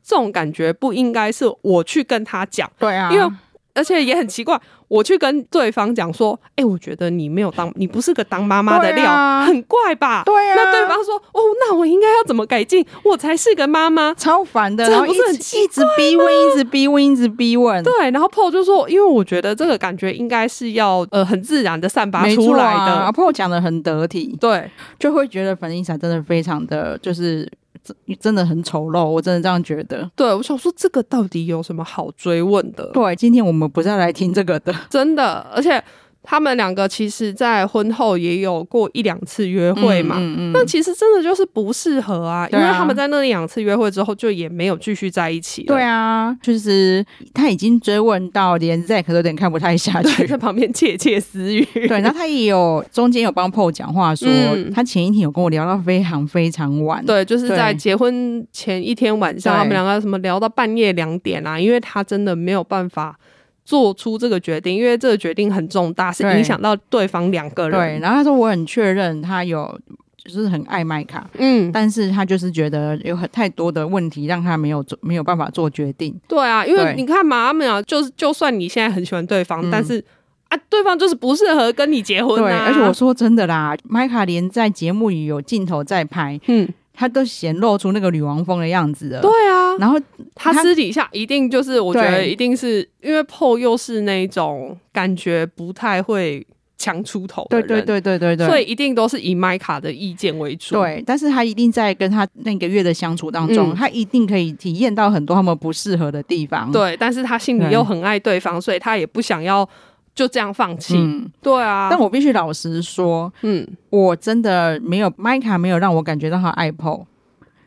这种感觉不应该是我去跟他讲，
对啊，
因为而且也很奇怪，我去跟对方讲说，哎、我觉得你没有当，你不是个当妈妈的
对
料，
啊
很怪吧？
对啊
那对方说，哦，那我应该要怎么改进，我才是个妈妈？
超烦的，
这
然后
不
一
是很
直一直逼问，一直逼问，一直逼问。
对，然后 PO 就说，因为我觉得这个感觉应该是要呃很自然的散发
没
出
错
来的，
啊 PO 讲的很得体，
对，
就会觉得粉丽莎真的非常的就是真真的很丑陋，我真的这样觉得。
对我想说这个到底有什么好追问的？
对，今天我们不是要来听这个的，
真的，而且他们两个其实，在婚后也有过一两次约会嘛。
嗯
那其实真的就是不适合啊，因
对
为
啊
他们在那两次约会之后就也没有继续在一起了。
对啊，就是他已经追问到连 Zack 都有点看不太下
对，
去
在。旁边窃窃私语。
对，然后他也有中间有帮 PO 讲话说，
嗯
他前一天有跟我聊到非常非常晚，
对，就是
对
在结婚前一天晚上，
对
他们两个什么聊到半夜两点啊，因为他真的没有办法做出这个决定，因为这个决定很重大，是
对
影响到对方两个
对，
人。
然后他说我很确认他有就是很爱麦卡，
嗯，
但是他就是觉得有很太多的问题让他没有做没有办法做决定，
对啊，因为
对
你看嘛，他们啊，就是就算你现在很喜欢对方，
嗯
但是啊，对方就是不适合跟你结婚、
对，
啊。
而且我，说真的啦，麦卡连在节目里有镜头在拍，
嗯，
他都显露出那个女王风的样子了，
对啊，
然后
他
他
私底下一定就是，我觉得
对
一定是因为 PO 又是那种感觉不太会强出头
对
的人，
对对对对对，
所以一定都是以麦卡的意见为主。
对，但是他一定在跟他那个月的相处当中，
嗯
他一定可以体验到很多他们不适合的地方。，
对，但是他心里又很爱对方，所以他也不想要就这样放弃。
嗯，
对啊，
但我必须老实说，
嗯，
我真的没有麦卡没有让我感觉到他爱 PO，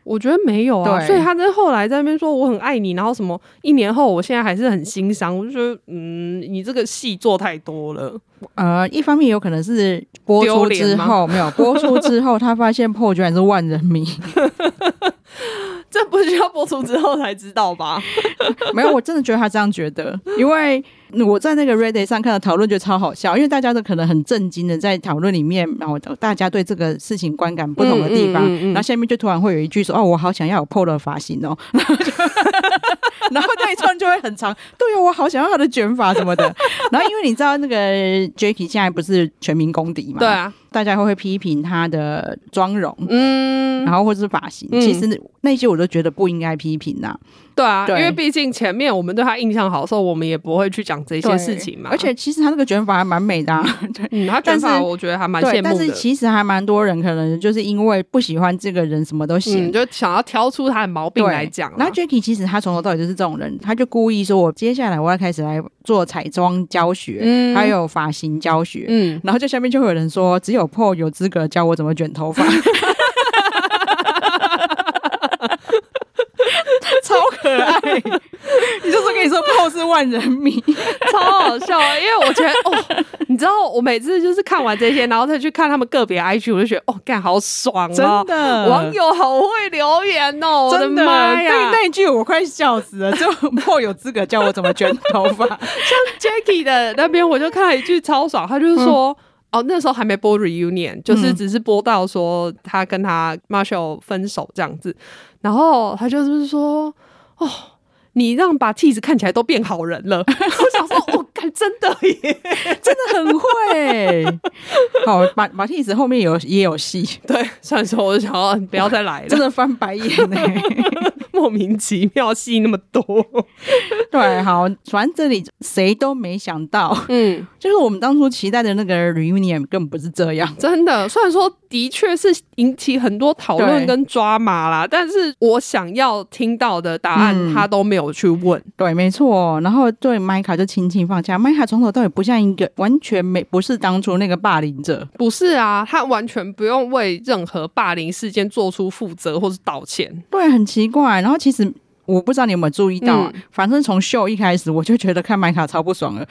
我觉得没有啊，
对
所以他在后来在那边说我很爱你，然后什么一年后我现在还是很欣赏，我就觉得嗯，你这个戏做太多了，
呃，一方面有可能是播
丢
出
脸
之
吗
后没有播出之后，他发现 PO 居然是万人迷，
这不需要播出之后才知道吧？
没有，我真的觉得他这样觉得，因为我在那个 Reddit 上看到讨论，觉得超好笑，因为大家都可能很震惊的在讨论里面，然后大家对这个事情观感不同的地方，
嗯嗯嗯嗯
然后下面就突然会有一句说：“哦，我好想要有 Polo 发型哦。” 然后那一串就会很长，对哦，我好想要他的卷发什么的。 然后因为你知道那个 Jacky 现在不是全民公敌嘛，
对，啊，
大家会会批评他的妆容。
嗯，
然后或者是发型，
嗯
其实那些我都觉得不应该批评呐、
对啊，
对
因为毕竟前面我们对他印象好，所以我们也不会去讲这些
对
事情嘛。
而，且其实他那个卷发还蛮美的、啊，对。
嗯，他
但
卷发
是
我觉得还 蛮
对，
羡
但
慕
是
的。
其实还蛮多人可能就是因为不喜欢这个人，什么都嫌。
嗯，就想要挑出他的毛病
对
来讲啊啦。
然后 Jacky 其实他从头到尾就是这种人，他就故意说：“我接下来我要开始来做彩妆教学，
嗯
还有发型教学。
嗯，
然后就下面就会有人说：“只有 PO 有资格教我怎么卷头发。” 超可爱！ 你就是跟你说 PO 是万人迷，
超好笑啊！因为我 觉得哦，你知道，我每次就是看完这些，然后再去看他们个别 IG，我就觉得哦，干好爽
真
啊！
的
网友好会留言哦，我
真的
妈
那
呀！
那一句我快笑死了， 就破有资格教我怎么卷头 发。
Jacky 的那边我就看了一句超爽，他就是说。哦，那时候还没播 reunion，就是只是播到说他跟他 Marshall 分手这样子，然后他就是说，哦，你让把 T 子看起来都变好人 了。我想说，哦，干真的耶，
真的很会。好，马马蒂斯后面有也有戏，
对，啊虽然说我就想要不要再 来了
真，的翻白眼 呢、
莫名其妙戏那么多。
对，好，反正这里谁都没想到，
嗯，
就是我们当初期待的那个 reunion 根本不是这样。
真的，虽然说的确是引起很多讨论
对
跟抓马啦，但是我想要听到的答案，
嗯
他都没有去问。
对，没错。然后对麦卡就轻轻放下，麦卡从头到尾不像一个完全没不是当初那个霸凌者，
不是啊，他完全不用为任何霸凌事件做出负责或是道歉。
对，很奇怪。然后其实我不知道你有没有注意到啊，反正从秀一开始我就觉得看麦卡超不爽了，哦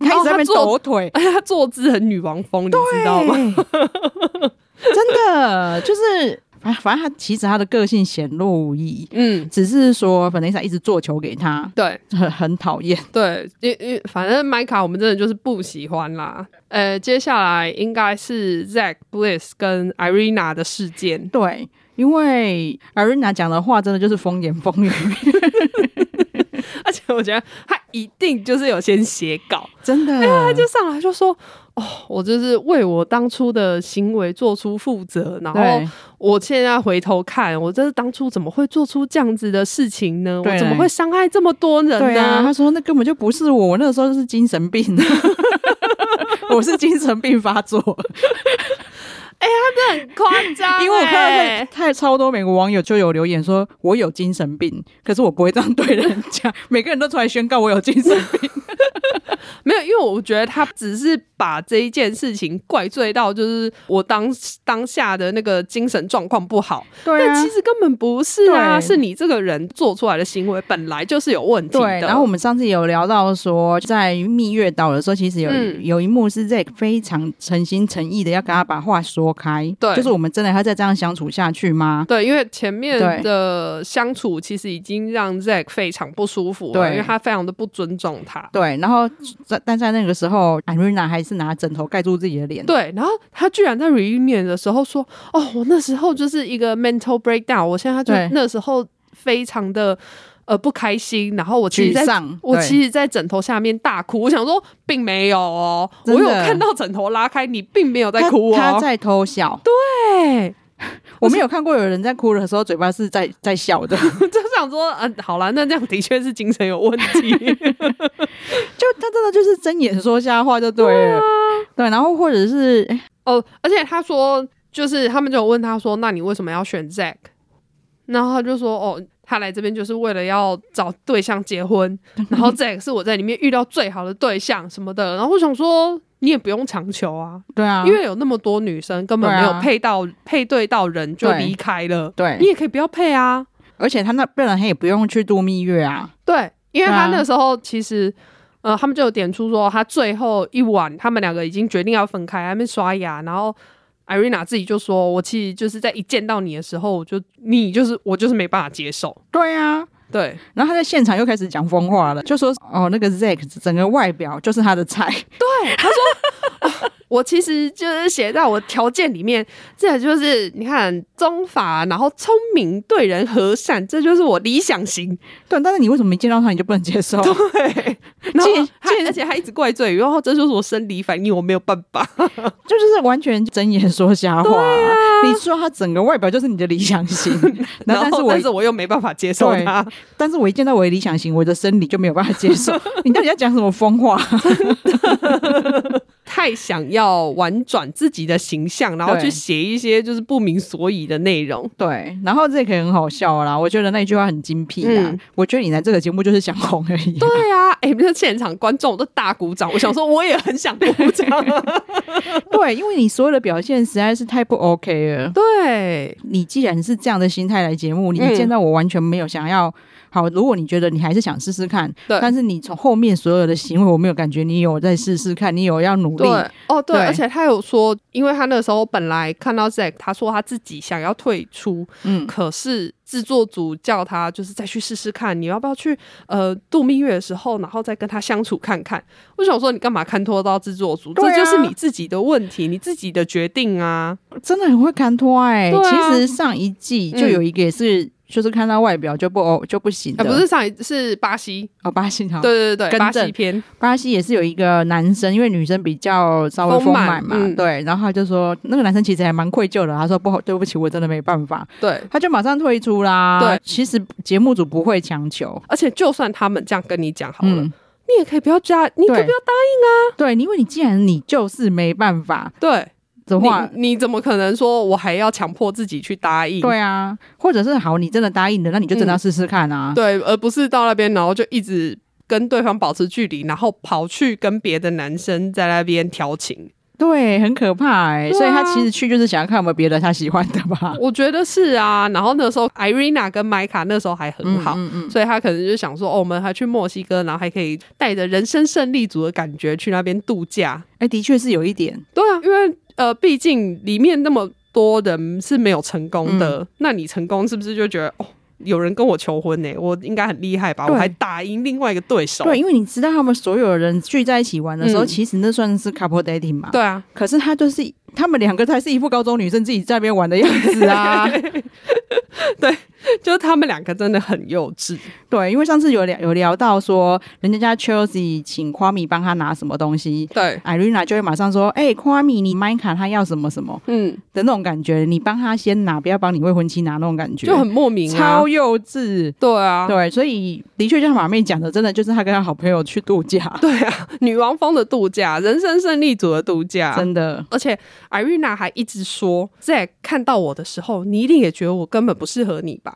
他一直在那边抖腿，
哎，他坐姿很女王风，你知道 吗？
真的就是。 反反正他其实他的个性显露无遗，
嗯，
只是说粉 a 莎一直做球给他，
对
很很讨厌。
对，因因反正麦卡我们真的就是不喜欢啦。呃，接下来应该是 Zack Bliss 跟 Irina 的事件。
对，因为 Arena 讲的话真的就是风言风语，
而且我觉得他一定就是有先写稿，
真 的。
他就上来就说：“哦，我就是为我当初的行为做出负责，然后
对
我现在回头看，我这是当初怎么会做出这样子的事情呢？
对
我怎么会伤害这么多人
对
呢？
啊，他说那根本就不是我，我那个时候是精神病， 我是精神病发作，
这很夸张 欸、
因为我看到太太超多美国网友就有留言说我有精神病，可是我不会这样对人家，每个人都出来宣告我有精神病，
没有，因为我觉得他只是把这一件事情怪罪到就是我当当下的那个精神状况不好，
对啊
但其实根本不是啊，
对
是你这个人做出来的行为本来就是有问题的。
对，然后我们上次有聊到说，在蜜月岛的时候，其实有、
嗯
有一幕是 Zack 非常诚心诚意的要跟他把话说开，
对
就是我们真的还要再这样相处下去吗？
对，因为前面
对
的相处其实已经让 Zack 非常不舒服了，
对
因为他非常的不尊重他。
对，然后在但在那个时候，Irina 还是拿枕头盖住自己的脸，
对，然后他居然在 reunion 的时候说：“哦，我那时候就是一个 mental breakdown，我现在就
对
那时候非常的呃不开心，然后我其实
沮
在
丧。
我
对
其实，在枕头下面大哭。我想说，并没有哦，我
真的
有看到枕头拉开，你并没有在哭哦。
他他在偷笑。
对，
我没有看过有人在哭的时候嘴巴是在在笑的，
就想说，嗯、好啦，那这样的确是精神有问题。
就他真的就是睁眼说瞎话就对
啊
了。对，然后或者是哎
哦，而且他说，就是他们就有问他说，那你为什么要选 Zack？然后他就说，哦，他来这边就是为了要找对象 结婚，然后 Zack 是我在里面遇到最好的对象什么的。然后我想说，你也不用强求啊，
对啊，
因为有那么多女生根本没有
对啊
配到、配对到人就
对
离开了，你
对，
也可以不要配啊。
而且他那不然他也不用去度蜜月啊。
对，因
对
为他
啊
那时候其实。呃，他们就有点出说，他最后一晚，他们两个已经决定要分开，还没刷牙，然后 Irina 自己就说：“我其实就是在一见到你的时候，我就你就是我就是没办法接受。
对啊，”
对，
然后他在现场又开始讲疯话了，就说哦，那个 Zack 整个外表就是他的菜，
我其实就是写在我条件里面，这就是你看中法，然后聪明，对人和善，这就是我理想型。
对，但是你为什么没见到他你就不能接受？
对，然后
见
他而且还一直怪罪，然后这就是我生理反应，我没有办法。
这就是完全睁眼说瞎话、啊
啊
你说他整个外表就是你的理想 型，然后但是
后
我
但是我又没办法接受
对
他，
但是我一见到我的理想型，我的生理就没有办法接 受。你到底在讲什么疯话？
太想要婉转自己的形象，然后
对
去写一些就是不明所以的内容。
对，然后这个也很好笑啦，我觉得那句话很精辟啦。
嗯
我觉得你来这个节目就是想红而已、
对 啊，哎、那现场观众都大鼓掌，我想说我也很想鼓掌。
对，因为你所有的表现实在是太不 OK 了。
对，
你既然是这样的心态来节目，你
嗯
一见到我完全没有想要好。如果你觉得你还是想试试看，
对
但是你从后面所有的行为，我没有感觉你有在试试看，你有要努力。
对，哦对，
对
而且他有说，因为他那时候本来看到 Zack，他说他自己想要退出，
嗯
可是制作组叫他就是再去试试看，你要不要去呃度蜜月的时候，然后再跟他相处看看。我想说，你干嘛看拖到制作组？
对啊
这就是你自己的问题，你自己的决定啊。
真的很会看拖哎、
对啊
其实上一季就有一个也是，就是看到外表就不哦就不行
啊、
的，
不是上一是巴西，
哦巴西哈，
对对对对，
更
巴
正
西篇，
巴西也是有一个男生，因为女生比较稍微
丰
丰
满
满嘛，
嗯
对，然后他就说那个男生其实还蛮愧疚的，他说不好对不起，我真的没办法，
对。
他就马上退出啦。
对，
其实节目组不会强求。
而且，就算他们这样跟你讲好了，
嗯，
你也可以不要加，你可以
对
不要答
对，因为你既然你就是没办法
对。
的话，
你你怎么可能说我还要强迫自己去答应？
对啊，或者是好，你真的答应了，那你就真的要试试看啊。
对，而不是到那边然后就一直跟对方保持距离，然后跑去跟别的男生在那边调情。
对，很可怕哎、
对啊
所以他其实去就是想要看有没有别的他喜欢的吧。
我觉得是啊，然后那时候 Irina 跟 m i a 那时候还很好，
嗯嗯嗯
所以他可能就想说，哦，我们还去墨西哥，然后还可以带着人生胜利组的感觉去那边度假。
哎、的确是有一点，
对啊，因为呃，毕竟里面那么多人是没有成功的，
嗯
那你成功是不是就觉得哦，有人跟我求婚呢、我应该很厉害吧？
对
我还打赢另外一个对手。
对，因为你知道他们所有人聚在一起玩的时候，
嗯
其实那算是 couple dating 嘛。
对啊，
可是他就是他们两个才是一副高中女生自己在那边玩的样子 啊。
就是他们两个真的很幼稚。
对，因为上次有聊有聊到说，人家家 Chelsea 请 Kwame 帮他拿什么东西。
对，
艾瑞娜就会马上说：“哎、k w a m e 你 m i c a 他要什么什么
嗯，
的那种感觉，你帮他先拿，不要帮你未婚妻拿那种感觉，
就很莫名啊
超。幼稚。
对啊，
对，所以的确就像马妹讲的，真的就是他跟他好朋友去度假，
对啊，女王风的度假，人生胜利组的度假，
真的。
而且 Irina 还一直说，在看到我的时候，你一定也觉得我根本不适合你吧？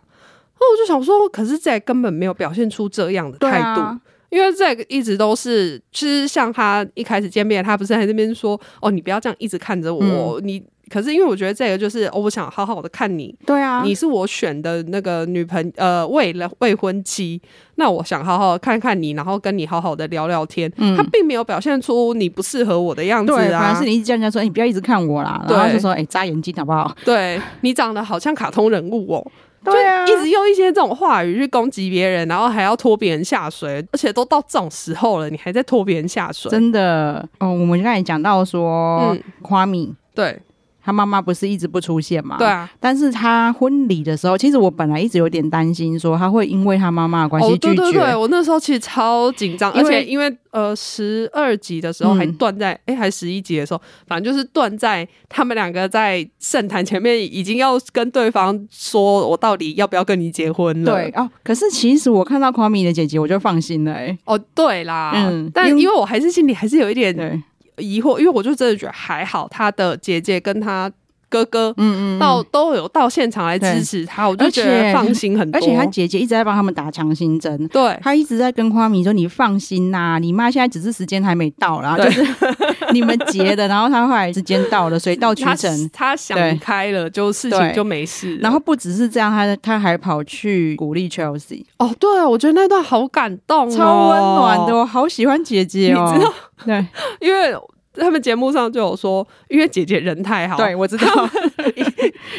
那我就想说，可是在根本没有表现出这样的态度，
对啊
因为在一直都是，其实像他一开始见面，他不是还在那边说，哦，你不要这样一直看着我，
嗯
你。可是因为我觉得这个就是，哦，我想好好的看你，
对啊，
你是我选的那个女朋呃未了未婚妻，那我想好好看看你，然后跟你好好的聊聊天。
嗯
他并没有表现出你不适合我的样子
对，反
啊，
而是你一直叫人家说，哎你不要一直看我啦，然后
对
就说，哎、眨眼睛好不好？
对你长得好像卡通人物哦，
对啊，
就一直用一些这种话语去攻击别人，然后还要拖别人下水，而且都到这种时候了，你还在拖别人下水，
真的，嗯，我们刚才讲到说
嗯，
花米、
对
他妈妈不是一直不出现嘛？
对。啊，
但是他婚礼的时候，其实我本来一直有点担心，说他会因为他妈妈的关系
哦，
拒绝。
对对对，我那时候其实超紧张，
因
而
为
且因为呃十二集的时候还
嗯
断在，哎、还十一集的时候，反正就是断在他们两个在圣坛前面已经要跟对方说我到底要不要跟你结婚了。
对哦，可是其实我看到夸米的姐姐，我就放心了、欸。
哦，对啦，
嗯
但
因为
因为我还是心里还是有一点
对，
疑惑，因为我就真的觉得还好，他的姐姐跟他哥哥，嗯嗯，到都有到现场来支持他，我就觉
而
得
且
放心很多。
而且他姐姐一直在帮他们打强心针。
对
他一直在跟花米说：“你放心呐、你妈现在只是时间还没到啦，
嗯
就是 你们结的，然后他后来时间到了，水到渠
他
成。
他想
对
开了，就事
对
情就没事了。”
然后不只是这样，他他还跑去鼓励 Chelsea，
哦，对啊，我觉得那段好感动、哦，
超温暖的，。我好喜欢姐姐哦。
你知
对
因为他们节目上就有说，因为姐姐人太好，
对，，我知道。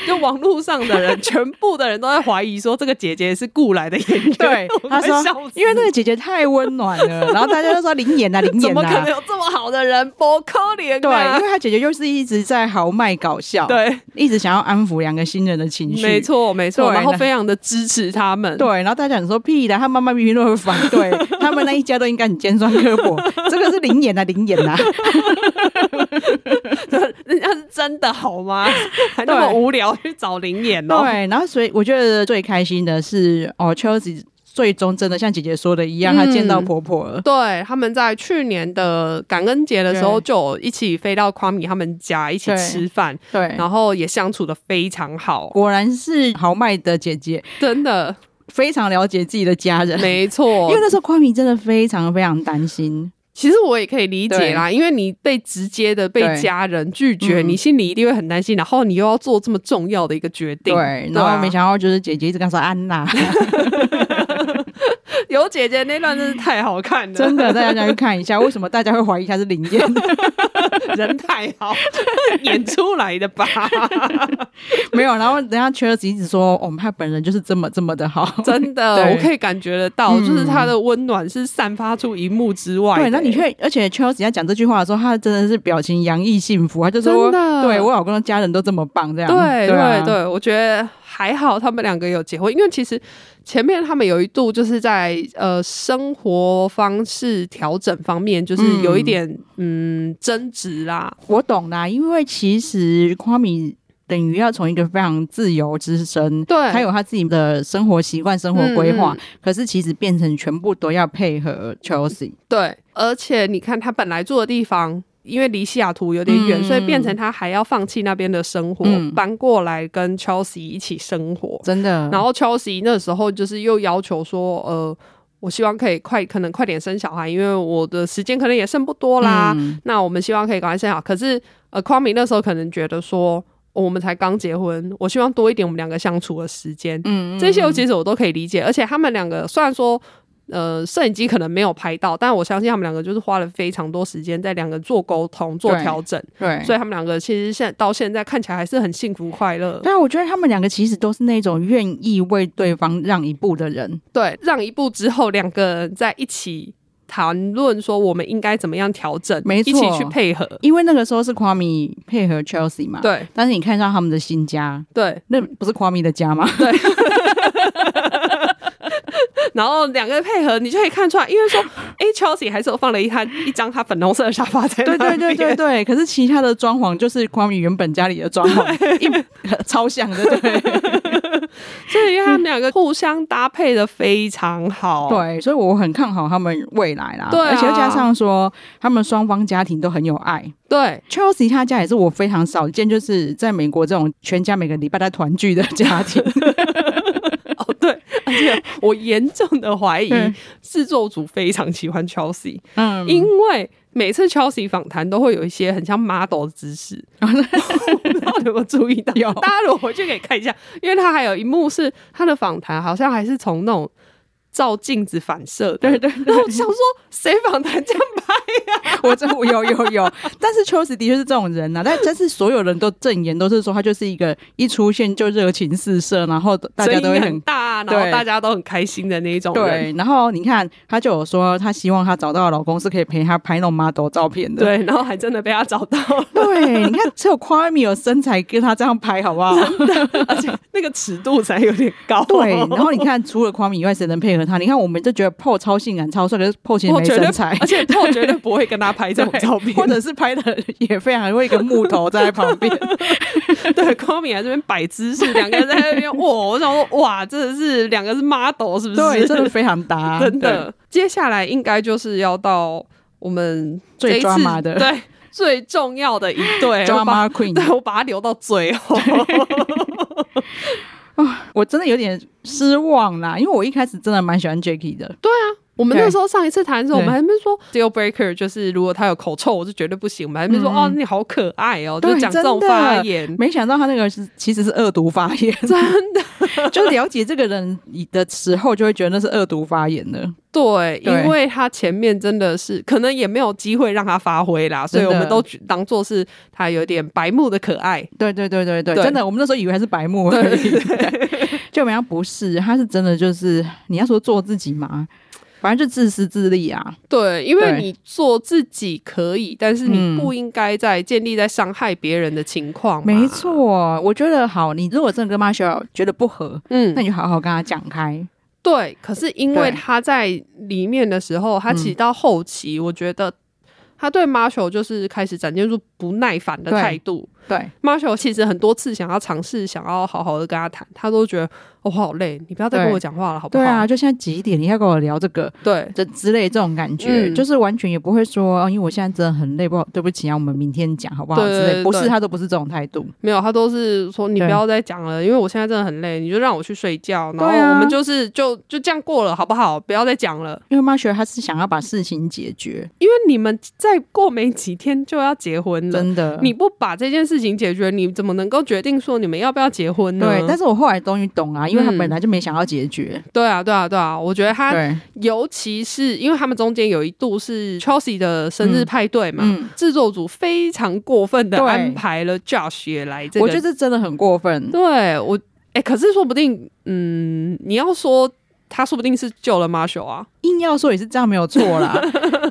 就网络上 的人，全部的人都在怀疑说这个姐姐是雇来的演员。
对
我，
他
快
说
笑死，
因为那个姐姐太温暖了，然后大家都说林 演啊，林
怎
演
么可
啊
能，有这么好的人？不可怜
对，因
啊！
为他姐姐又是一直在豪迈搞笑，，
对，
一直想要安抚两个新人的情绪，
没。错，没错，
对
然后
那
非常的支持他们。
对，然后大家想说屁的，他妈妈明明都很反 对，他们那一家都应该很尖酸刻薄，这个是林演啊，林演 啊，
人家是真的好 吗？还那么
对
无聊去找灵眼哦。
对，然后所以我觉得最开心的是哦，Chelsea 最终真的像姐姐说的一样，她见到
嗯
婆婆了，
对，他们在去年的感恩节的时候
对
就有一起飞到夸米他们家一起
对
吃饭，
对，
然后也相处的非常好，
果然是豪迈的姐姐，
真 的
非常了解自己的家人，
没错
因为。那时候宽米真的非常非常担心，
其实我也可以理解啦，因为你被直接的被
对
家人拒绝，
嗯
你心里一定会很担心，然后你又要做这么重要的一个决定，
对，然
啊
后没想到就是姐姐一直跟他说安 娜，
有姐姐那段真是太好看了，
真的大家要去看一下，为什么大家会怀疑她是林燕？
人太好， 演出来的吧，
没有，然后人家 Chelsea 一直说，我们他本人就是这么这么的好，
真的，
对
我可以感觉得到，
嗯
就是她的温暖是散发出荧幕之外的、
对，
欸
那你却而且 Chelsea 在讲这句话的时候，她真的是表情洋溢幸福，她就说，
真的
对我老公的家人都这么棒，这样，
对
啊
对对，我觉得还好，他们两个有结婚，因为其实前面他们有一度就是在呃生活方式调整方面，就是有一点嗯争执啦，
我懂啦，因为其实夸米。等于要从一个非常自由之身，
对
他有他自己的生活习惯、生活规划，
嗯
可是其实变成全部都要配合 Chelsea，
对，而且你看他本来住的地方，因为离西雅图有点远，
嗯
所以变成他还要放弃那边的生活，
嗯
搬过来跟 Chelsea 一起生活。
真的。
然后 Chelsea 那时候就是又要求说，呃。我希望可以快，可能快点生小孩，因为我的时间可能也剩不多啦。
嗯
那我们希望可以赶快生小孩。可是呃，匡明那时候可能觉得说，哦我们才刚结婚，我希望多一点我们两个相处的时间。
嗯，
这些我其实我都可以理解，而且他们两个虽然说。呃，摄影机可能没有拍到，但我相信他们两个就是花了非常多时间在两个做沟通、做
对
调整，
对。
所以他们两个其实现在到现在看起来还是很幸福快乐。
对啊，我觉得他们两个其实都是那种愿意为对方让一步的人。
对，让一步之后，两个人在一起谈论说我们应该怎么样调整，
没错
一起去配合。
因为那个时候是 Kwame 配合 Chelsea 嘛，。
对
但是你看上他们的新家，
对，
那不是 Kwame 的家 吗？
然后两个人配合，你就可以看出来，因为说，哎，Chelsea 还是有放了一他一张他粉红色的沙发在
对
那
对对
边
对对。可是其他的装潢就是 Kwame 原本家里的装 潢，一 超像的，对
所以他们两个互相搭配的非常好。
对。所以我很看好他们未来啦，
哦对啊
而且又加上说他们双方家庭都很有爱，
对
Chelsea 他家也是我非常少见，就是在美国这种全家每个礼拜在团聚的家 庭。
哦对，而且我严重的怀疑
嗯
制作组非常喜欢 Chelsea，
嗯，
因为每次 Chelsea 访谈都会有一些很像 model 的姿 势，我不知道你有没有注意到？
有
大家如果回去可以看一下，因为他还有一幕是他的访谈，好像还是从那种照镜子反射的。
对对
然后我就想说，谁访谈这样拍？
我真我有有有，但是 Chelsea 的确是这种人呐、但但是所有人都证言都是说他就是一个一出现就热情四射，然后大家
声
都
音
会
很
很。
大，然后
对
大家都很开心的那一种人。
对，然后你看，他就有说，他希望他找到的老公是可以陪他拍那种 model 照片的。
对，然后还真的被他找到，
对，你看，只有 Kwame 有身材跟他这样拍，好不 好？
而且那个尺度才有点高。
对，然后你看，除了 Kwame 以外，谁能配合他？你看，我们就觉得 PO 超性感、超帅，可是 PO 其实
我
没
绝对
身材，
而且我绝对不会跟他拍这种
对
照片，
或者是拍的也非常会一个木头在旁边，
对，高敏还这边摆姿势，两个人在那边，哇！我想说，哇，真的是两个是 model 是不是？啊
对， 真的 非常搭，
真的。接下来应该就是要到我们
最
这一次
drama 的
对最重要的一对
对 drama
我
queen
把对我把它留到最后。
我真的有点失望啦，因为我一开始真的蛮喜欢 Jacky 的，
我们
对
那时候上一次谈的时候，我
对
们还没说 deal breaker，就是如果他有口臭，我就绝对不行。我们还没说、
嗯
哦，你好可爱哦，就
对
讲这种
真的
发言。
没想到他那个是其实是恶毒发言，
真的
就了解这个人的时候，就会觉得那是恶毒发言的。
对，
对
因为他前面真的是可能也没有机会让他发挥啦，所以
真
我
的
们都觉当做是他有点白目的可爱。
对对对对对，
对
真的，我们那时候以为他是白目而已，对就没想到不是，他是真的就是你要说做自己嘛，反正就自私自利啊，
对，因为
对
你做自己可以，但是你
嗯
不应该在建立在伤害别人的情况。
没，错，我觉得好，你如果真的跟 Marshall 觉得不合，那
嗯，
你就好好跟他讲开。
对。嗯可是因为
对
他在里面的时候，他其实到后期，我觉得他对 Marshall 就是开始展现出不耐烦的
对
态度。
对
Marshall 其实很多次想要尝试，想要好好的跟他谈，他都觉得哦，我好累，你不要再跟
对
我讲话了，好不好？
对啊，就现在几点你要跟我聊这个
对
这之类这种感觉，
嗯
就是完全也不会说，哦，因为我现在真的很累，不好，对不起啊，我们明天讲好不好？
对
之
对
类，不
对
是他都不是这种态度。
没有，他都是说你不
对
要再讲了，因为我现在真的很累，你就让我去睡觉，然后
对啊
我们就是、就就这样过了，好不好？不要再讲了，
因为 Marshall 他是想要把事情解决，
因为你们再过没几天就要结婚了，
真的。
你不把这件事情解决，你怎么能够决定说你们要不要结婚呢？
对，但是我后来终于懂啊，因为他
嗯
本来就没想要解决。
对啊，对啊，对啊，我觉得他
对，
尤其是因为他们中间有一度是 Chelsea 的生日
嗯
派对嘛。
嗯，
制作组非常过分的
对
安排了 Josh 也来这个
我觉得这真的很过分。
对我，哎、可是说不定，嗯，你要说他说不定是救了 Marshall 啊，
硬要说也是这样没有错 啦。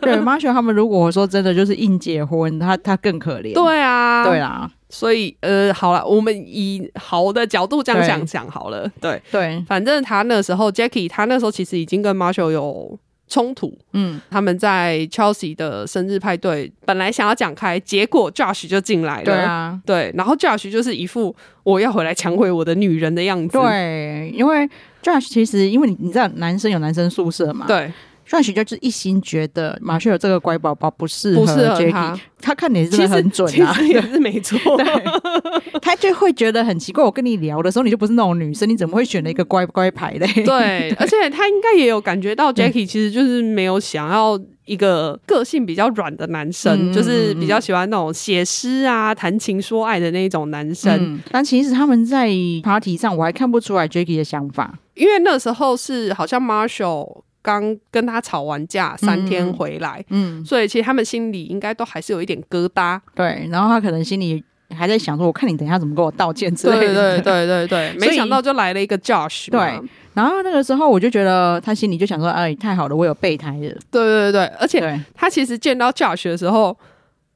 对，Marshall 他们如果说真的就是硬结婚，他他更可怜。
对啊，
对，啦，
所以呃，好了，我们以好的角度这样
对
想想好了，对，
对，
反正他那时候 Jackie 他那时候其实已经跟 Marshall 有。冲突，
嗯，
他们在 Chelsea 的生日派对本来想要讲开，结果 Josh 就进来了。
对啊，
对然后 Josh 就是一副我要回来抢回我的女人的样子。
对，因为 Josh 其实因为你你知道男生有男生宿舍嘛，，
对
Josh 就是一心觉得马修尔这个乖宝宝不适
不适合
Jacky，
他
他看脸真
其
的
实
很准啊
其，实也 是没错。
他就会觉得很奇怪。我跟你聊的时候，你就不是那种女生，你怎么会选了一个乖乖牌嘞？
对，而且他应该也有感觉
嗯
到 Jackie 其实就是没有想要一个个性比较软的男生，
嗯
就是比较喜欢那种写诗啊、谈情说爱的那种男生。
嗯但其实他们在 party 上，我还看不出来 Jacky 的想法。
因为那时候是好像 Marshall 刚跟他吵完架三天
嗯
回来，
嗯，
所以其实他们心里应该都还是有一点疙瘩。
对。然后他可能心里还在想说，我看你等一下怎么跟我道歉之类的。
对对对，
所以
没想到就来了一个 Josh 嘛。
对然后那个时候我就觉得他心里就想说，哎，太好了，我有备胎了。
对对对对，而且
对，
他其实见到 Josh 的时候，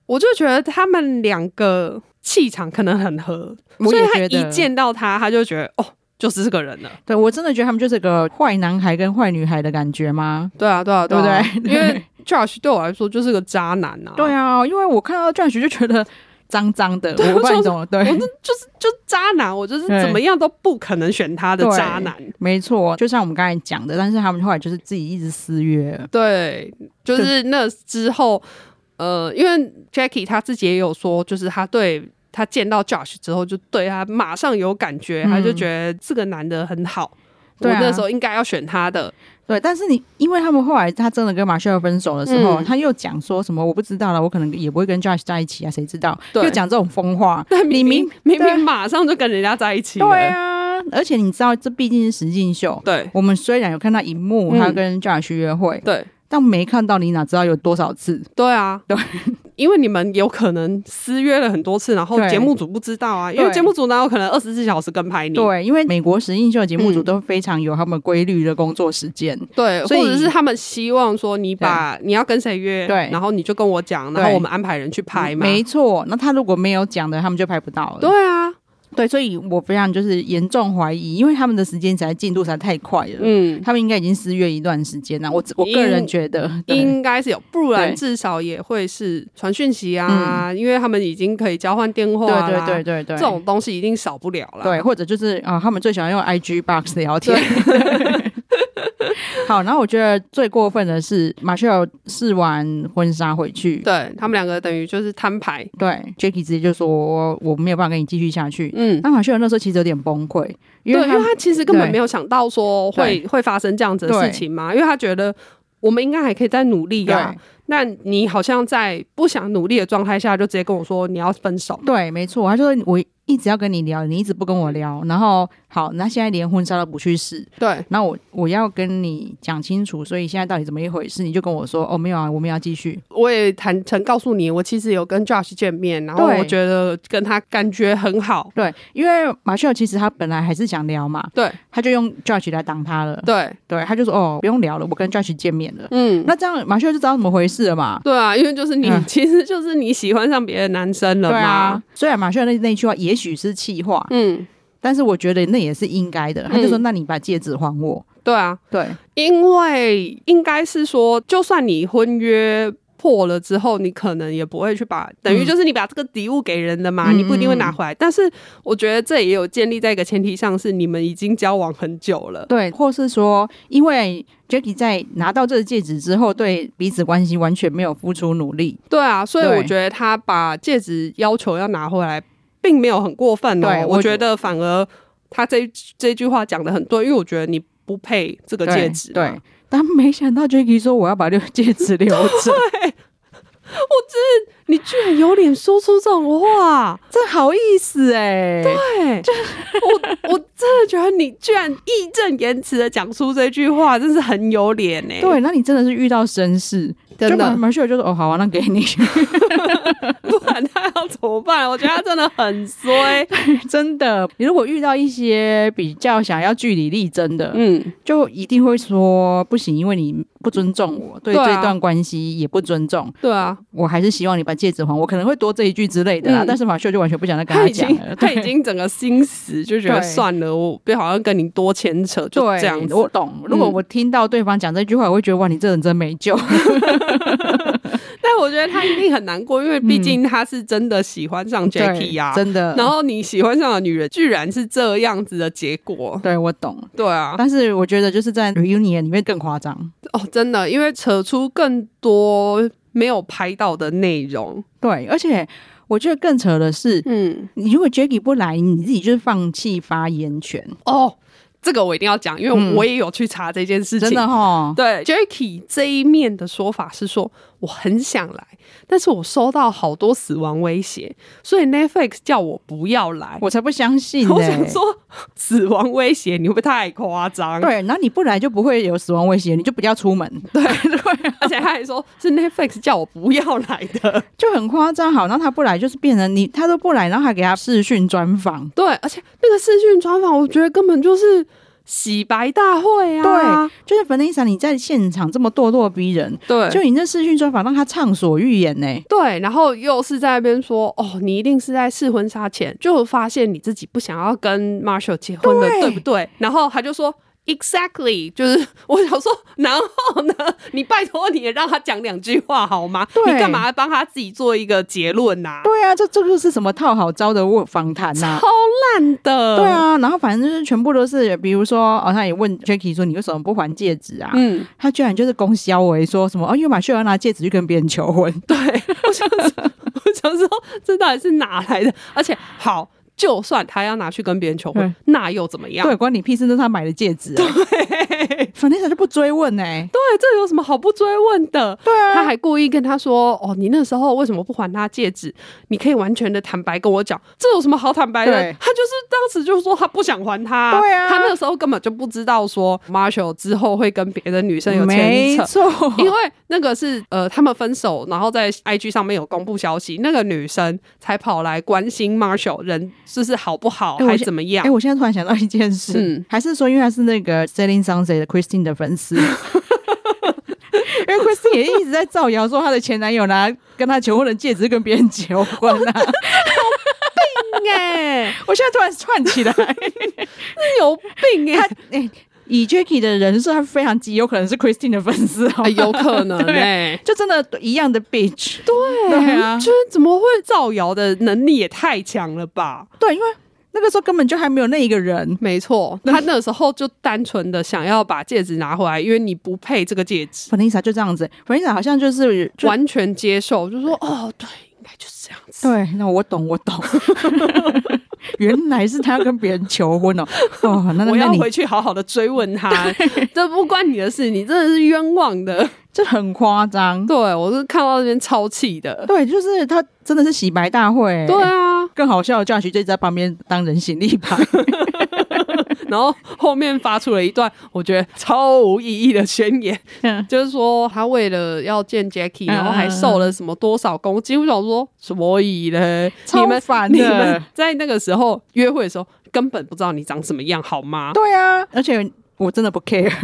我就觉得他们两个气场可能很合，
我
所以
也
他
觉得
一见到他，他就觉得哦，就是这个人了。
对我真的觉得他们就是个坏男孩跟坏女孩的感觉吗？
对啊，对啊，
对
啊
啊对
因为 Josh 对我来说就是个渣男啊。
对啊，因为我看到 Josh 就觉得脏脏的，
对
我不知道
我
你
就
懂了，对，
我这就是就渣男，我就是
对
怎么样都不可能选他的
对
渣男。
没错，就像我们刚才讲的，但是他们后来就是自己一直私约，
对，就是那之后，呃，因为 Jackie 他自己也有说，就是他对他见到 Josh 之后，就对他马上有感觉，
嗯
他就觉得这个男的很好。
对啊
我那时候应该要选他的，
对，但是你因为他们后来他真的跟马歇尔分手的时候，
嗯
他又讲说什么我不知道了，我可能也不会跟 Josh 在一起啊，谁知道？
对
又讲这种疯 话。
但明
明
明明
对啊
明马上就跟人家在一起了。
对啊，而且你知道这毕竟是实境秀，
对
我们虽然有看到一幕
嗯
他跟 Josh 约会，
对
但没看到你哪知道有多少次？
对啊，
对，
因为你们有可能私约了很多次，然后
对
节目组不知道啊，因为
对
节目组哪有可能二十四小时跟拍你？
对，因为美国实境秀节目组
嗯
都非常有他们规律的工作时间，
对，
所以
或者是他们希望说你把你要跟谁约，
对
然后你就跟我讲，然后
对
我们安排人去拍嘛。
没错。那他如果没有讲的，他们就拍不到了。
对啊，
对，所以我非常就是严重怀疑，因为他们的时间实在进度实在太快了。
嗯，
他们应该已经失约一段时间了。我我个人觉得，对
应该是有，不然
对嗯
至少也会是传讯息啊，因为他们已经可以交换电话啦
对对对对，
这种东西一定少不了啦。
对，或者就是啊、他们最喜欢用 IG box 聊天。 好，然后我觉得最过分的是，马修尔试完婚纱回去，
对他们两个等于就是摊牌，
对 Jacky 直接就说我我没有办法跟你继续下去。
嗯。
那马修尔那时候其实有点崩溃，因
对，
为
因
他
为他其实根本
对
没有想到说会会发生这样子的
对
事情嘛，因为他觉得我们应该还可以再努力呀、
对
那你好像在不想努力的状态下，就直接跟我说你要分手，
对，没错，他就说我一直要跟你聊，你一直不跟我聊，然后好，那现在连婚纱都不去试，
对
那我我要跟你讲清楚，所以现在到底怎么一回事？你就跟我说哦，没有啊，我们要继续。
我也坦诚告诉你，我其实有跟 Josh 见面，然后
对
我觉得跟他感觉很好。
对，因为马秀其实他本来还是想聊嘛，
对
他就用 Judge 来挡他了。
对，
对，他就说哦，不用聊了，我跟 Judge 见面了。
嗯，
那这样马秀就知道怎么回事了嘛。
对啊，因为就是你，
嗯
其实就是你喜欢上别的男生了
对
嘛。
啊，虽然马秀那那句话也许是气话，
嗯，
但是我觉得那也是应该的。他就说：“
嗯
那你把戒指还我。
对啊，”
对，
因为应该是说，就算你婚约。破了之后，你可能也不会去把，等于就是你把这个礼物给人了嘛，
嗯
你不一定会拿回来。但是我觉得这也有建立在一个前提上，是你们已经交往很久了。
对，或是说，因为 Jacky 在拿到这个戒指之后，对彼此关系完全没有付出努力。
对啊，所以
对
我觉得他把戒指要求要拿回来，并没有很过分哦
对。
我
我
觉得反而他这这句话讲的很对，因为我觉得你不配这个
对
戒指嘛。
对，但没想到 Jacky 说：“我要把这个戒指留着。”
你居然有脸说出这种话，
这好意思哎、
对，我 我真的觉得你居然义正言辞的讲出这句话，真是很有脸哎、
对，那你真的是遇到绅士，
真的
就马马秀就说哦好啊，那给你，
不然他要怎么办？我觉得他真的 很衰。
真的。你如果遇到一些比较想要据理力争的，
嗯，
就一定会说不行，因为你不尊重我，对
对啊
这段关系也不尊重，
对啊，
我还是希望你把戒指还我，可能会多这一句之类的啦。
嗯
但是马秀就完全不想再跟
他已
讲
经
了，
他
对
已经整个心死，就觉得
对
算了，我不好像跟你多牵扯，就
对
这样子。嗯
我懂。如果我听到对方讲这句话，我会觉得哇，你这人真没救。
但我觉得他一定很难过，因为毕竟他是真的喜欢上 Jacky 呀、
真的。
啊然后你喜欢上的女人居然是这样子的结果，
对我懂，
对啊，
但是我觉得就是在 reunion 里面更夸张。
哦，真的，因为扯出更多没有拍到的内容。
对，而且我觉得更扯的是，
嗯，
你如果 Jacky 不来，你自己就是放弃发言权，
哦，这个我一定要讲，因
嗯
为我也有去查这件事情。
真的哦哈。
对 Jacky 这一面的说法是说，我很想来，但是我收到好多死亡威胁，所以 Netflix 叫我不要来。
我才不相信、呢。欸
我想说，死亡威胁你会不会太夸张？，
对，啊然后你不来就不会有死亡威胁，你就不要出门，对 对，
而且他还说是 Netflix 叫我不要来 的。
就很夸张。好，然后他不来就是变成你，他都不来，然后还给他视讯专访。
对，而且那个视讯专访，我觉得根本就是洗白大会啊！
就是粉丽莎，你在现场这么咄咄逼人，
对
就
就
你那视讯专访让他畅所欲言呢、
对，然后又是在那边说哦，你一定是在试婚纱前就发现你自己不想要跟 Marshall 结婚的，
对
对不对？然后他就说。Exactly，就是 我想说，然后呢？你拜托你也让他讲两句话好吗？
对
你干嘛帮他自己做一个结论呐、
对啊，这这个是什么套好招的问访谈呐？
超烂的。
对，啊，然后反正就是全部都是，比如说哦，他也问 Jacky 说你为什么不还戒指啊？
嗯，
他居然就是供肖维说什么哦，因为马秀要拿戒指去跟别人求婚。
对，我想说，我想说，这到底是哪来的？而且，好，就算他要拿去跟别人求婚，那又怎么样？
对，关你屁事，那是他买的戒指、啊。对，粉丽莎就不追问哎、
对，这有什么好不追问的？
对啊
他还故意跟他说：“哦，你那时候为什么不还他戒指？你可以完全的坦白跟我讲，这有什么好坦白的
对？”
他就是当时就说他不想还他，
对啊
他那时候根本就不知道说 Marshall 之后会跟别的女生有牵
没
扯，
错，
因为那个是呃，他们分手，然后在 IG 上面有公布消息，那个女生才跑来关心 Marshall 人就是好不好，
哎我
还
现
怎么
哎、
样？
我现在突然想到一件事，
嗯
还是说因为他是那个 Selling Sunset 的 Christine 的粉 丝。因为 Christine 也一直在造谣说她的前男友拿跟她求婚的戒指跟别人结婚
哦
啊！
哎、
我现在突然串起来，
是 有病哎、
他哎、以 Jacky 的人设，他非常极有可能是 Christine 的粉丝哦、
哎有可 能
对
哎、
就真的一样的 bitch。
对
对啊
就是怎么会造谣的能力也太强了吧？
对，因为那个时候根本就还没有那一个人，
没错，他那时候就单纯的想要把戒指拿回来，因为你不配这个戒指，
粉丽莎就这样子，粉丽莎好像就是就
完全接受，就说哦，对，应该就是这样子。
对，那我懂，我懂。 原来是他要跟别人求婚哦，哦，那那
我
那
要
你
回去好好的追问 他，这不关你的事，你真的是冤枉的。
这很夸张，
对我是看到那边超气的。
对，就是他真的是洗白大会，
对，啊，
更好笑的教学就一直在旁边当人形立 牌，
然后后面发出了一段我觉得超无意义的宣言，
嗯
就是说他为了要见 Jackie，
嗯
然后还瘦了什么多少公斤。我想说，所以嘞，
超
你们
烦的
你们在那个时候约会的时候根本不知道你长什么样，好 吗？
对啊，而且我真的不 care，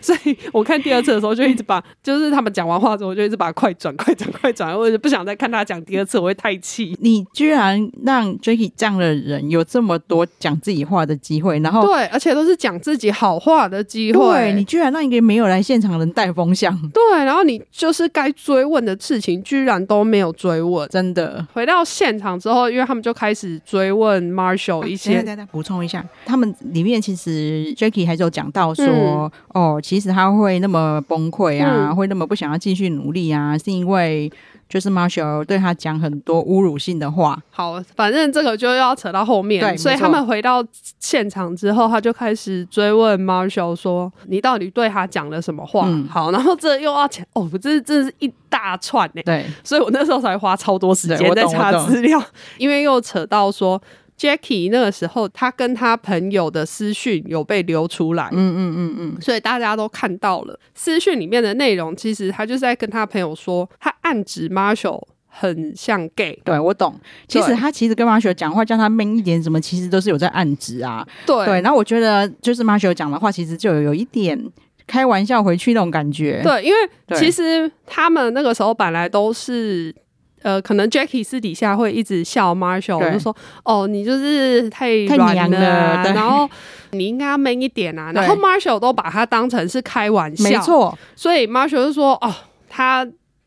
所以我看第二次的时候，就一直把就是他们讲完话之后，我就一直把快转、快转、快转，我就不想再看他讲第二次，我会太气。
你居然让 Jacky 这样的人有这么多讲自己话的机会，然后
对，而且都是讲自己好话的机
哦对你
会。
居然让一个没有来现场的人带风向，
对，然后你就是该追问的事情，居然都没有追问。
真的。
回到现场之后，因为他们就开始追问 Marshall 一
等一下，
些
等一下，补充一下，他们里面其实 Jacky 还是有讲到说，
嗯
哦，其实他会那么崩溃啊，
嗯
会那么不想要继续努力啊，是因为就是 Marshall 对他讲很多侮辱性的话，
好，反正这个就要扯到后
对没
面，所以
错
他们回到现场之后，他就开始追问 Marshall 说：“你到底对他讲了什么话？”
嗯
好，然后这又要讲哦，这这是一大串呢、
对，
所以我那时候才花超多时
对
间
我
在
懂我
查
懂
资料， 因为又扯到说 Jackie 那个时候他跟他朋友的私讯有被流出来，
嗯嗯嗯嗯，
所以大家都看到了私讯里面的内容，其实他就是在跟他朋友说，他暗指 Marshall 很像 gay，
对我懂。其实
对
他其实跟 Marshall 讲话，叫他 man 一点什么，其实都是有在暗指啊。
对
对，然后我觉得就是 Marshall 讲的话，其实就有有一点开玩笑回去那种感觉。
对，因为
对
其实他们那个时候本来都是。呃，可能 Jackie 私底下会一直笑 Marshall，
对
就说：“哦，你就是太
太
软
娘
啊
了对
然后你应该要 man 一点啊。”
对
然后 Marshall 都把他当成是开玩笑，
没错，
所以 Marshall 就说：“哦，他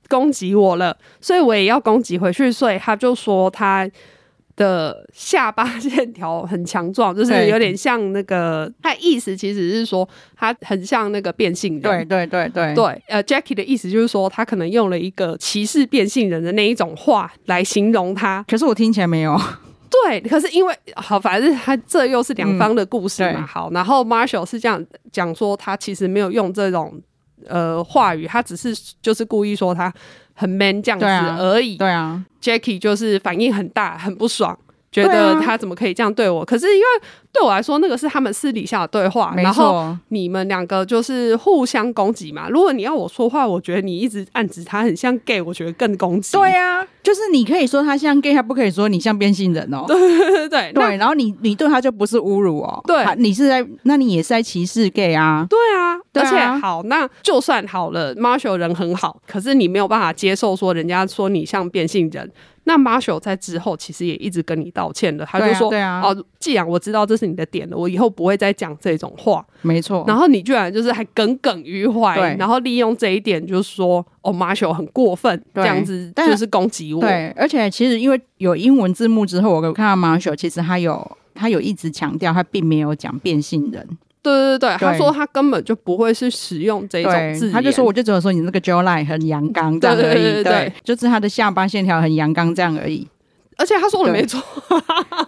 攻击我了，所以我也要攻击回去。”所以他就说他的下巴线条很强壮，就是
对
有点像那个，他意思其实是说他很像那个变性人。
对对对对
对，呃，Jackie 的意思就是说，他可能用了一个歧视变性人的那一种话来形容他。
可是我听起来没有，
对，可是因为好，反正他这又是两方的故事
嗯
嘛。
对
好，然后 Marshall 是这样讲说，他其实没有用这种呃话语，他只是就是故意说他很 man 这样子
对啊
而已。
对啊，
Jackie 就是反应很大，很不爽。觉
对
得
啊
他怎么可以这样对我？可是因为对我来说，那个是他们私底下的对话，
没
啊然后
错，
你们两个就是互相攻击嘛。如果你要我说话，我觉得你一直暗指他很像 gay，我觉得更攻击。
对啊，就是你可以说他像 gay，他不可以说你像变性人哦。
对对对，那
对，然后你你对他就不是侮辱哦，
对
他你是在，那你也是在歧视 gay 啊，
对啊，
对
而
啊
且好，那就算好了，Marshall 人很好，可是你没有办法接受说人家说你像变性人。那 Marshall 在之后其实也一直跟你道歉了，他就说：“
对啊对啊
哦，既然我知道这是你的点了，我以后不会再讲这种话。
没错，
然后你居然就是还耿耿于怀
哦对，
然后利用这一点就是说：“哦，Marshall 很过分，这
对
样子
但
就是攻击我。”
对，而且其实因为有英文字幕之后，我看到 Marshall 其实他有他有一直强调他并没有讲变性人，
对对对，他
对
说他根本就不会是使用这种
对，
字眼，
他就说我就只有说你那个 jaw line 很阳刚这样而
对对对对
已，对，就是他的下巴线条很阳刚这样而已。
而且他说的没错，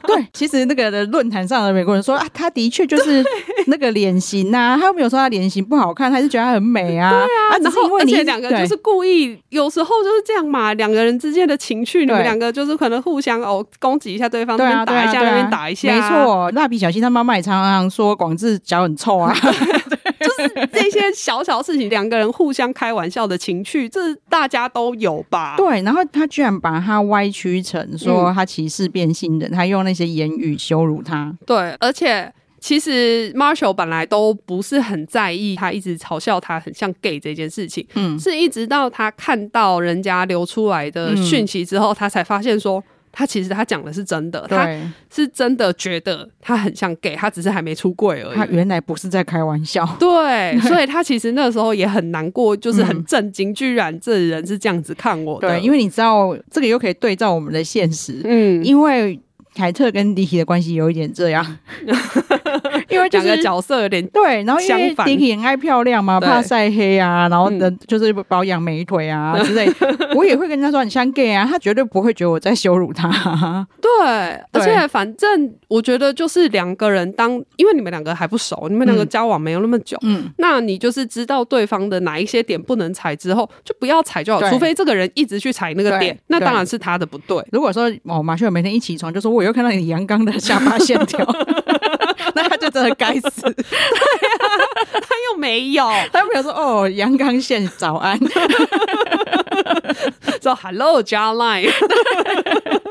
对，其实那个的论坛上的美国人说啊，他的确就是那个脸型呐、他又没有说他脸型不好看，他就觉得他很美啊，啊，只
然
是因
后
为
而
你一
且
直
两个
对
就是故意，有时候就是这样嘛，两个人之间的情趣，你们
对
两个就是可能互相哦攻击一下对方，
对啊，
那边打一下，
对啊对
那
啊
边打一下，
没，错。蜡笔小新他妈妈也常常说广志脚很臭啊，
就是 这些小小事情，两个人互相开玩笑的情趣，这大家都有吧？
对，然后他居然把他歪曲成说他歧视变性人，他用那些言语羞辱他，
对，而且。其实 Marshall 本来都不是很在意，他一直嘲笑他很像 gay 这件事情，
嗯，
是一直到他看到人家流出来的
嗯
讯息之后，他才发现说，他其实他讲的是真的，他
对，
是真的觉得他很像 gay，他只是还没出柜而
他
已。
原来不是在开玩笑，
对，所以他其实那时候也很难过，就是很
嗯
震惊，居然这人是这样子看我的。
对，因
为
为你知道这个又可以对照我们的现实，
嗯，
因为凯特跟迪奇的关系有一点这 样，因为就
两
是
个角色有点
对，然后因为
相反
d i c k 很爱漂亮嘛，
对
怕晒黑啊，然后
嗯
的就是保养美腿 啊之类。我也会跟他说你像 gay 啊，他绝对不会觉得我在羞辱他。
对，而
对
且反正我觉得就是两个人当，因为你们两个还不熟，你们两个
嗯
交往没有那么久。
嗯，
那你就是知道对方的哪一些点不能踩之后，就不要踩就好，
对
除非这个人一直去踩那个
对
点，那
对
当然是他的不对。
如果说哦，马秀每天一起床就说我又看到你阳刚的下巴线 条， 那他就真的该死。
他又没有，
他没有说哦，阳刚线早安，
说 Hello 加 Line。说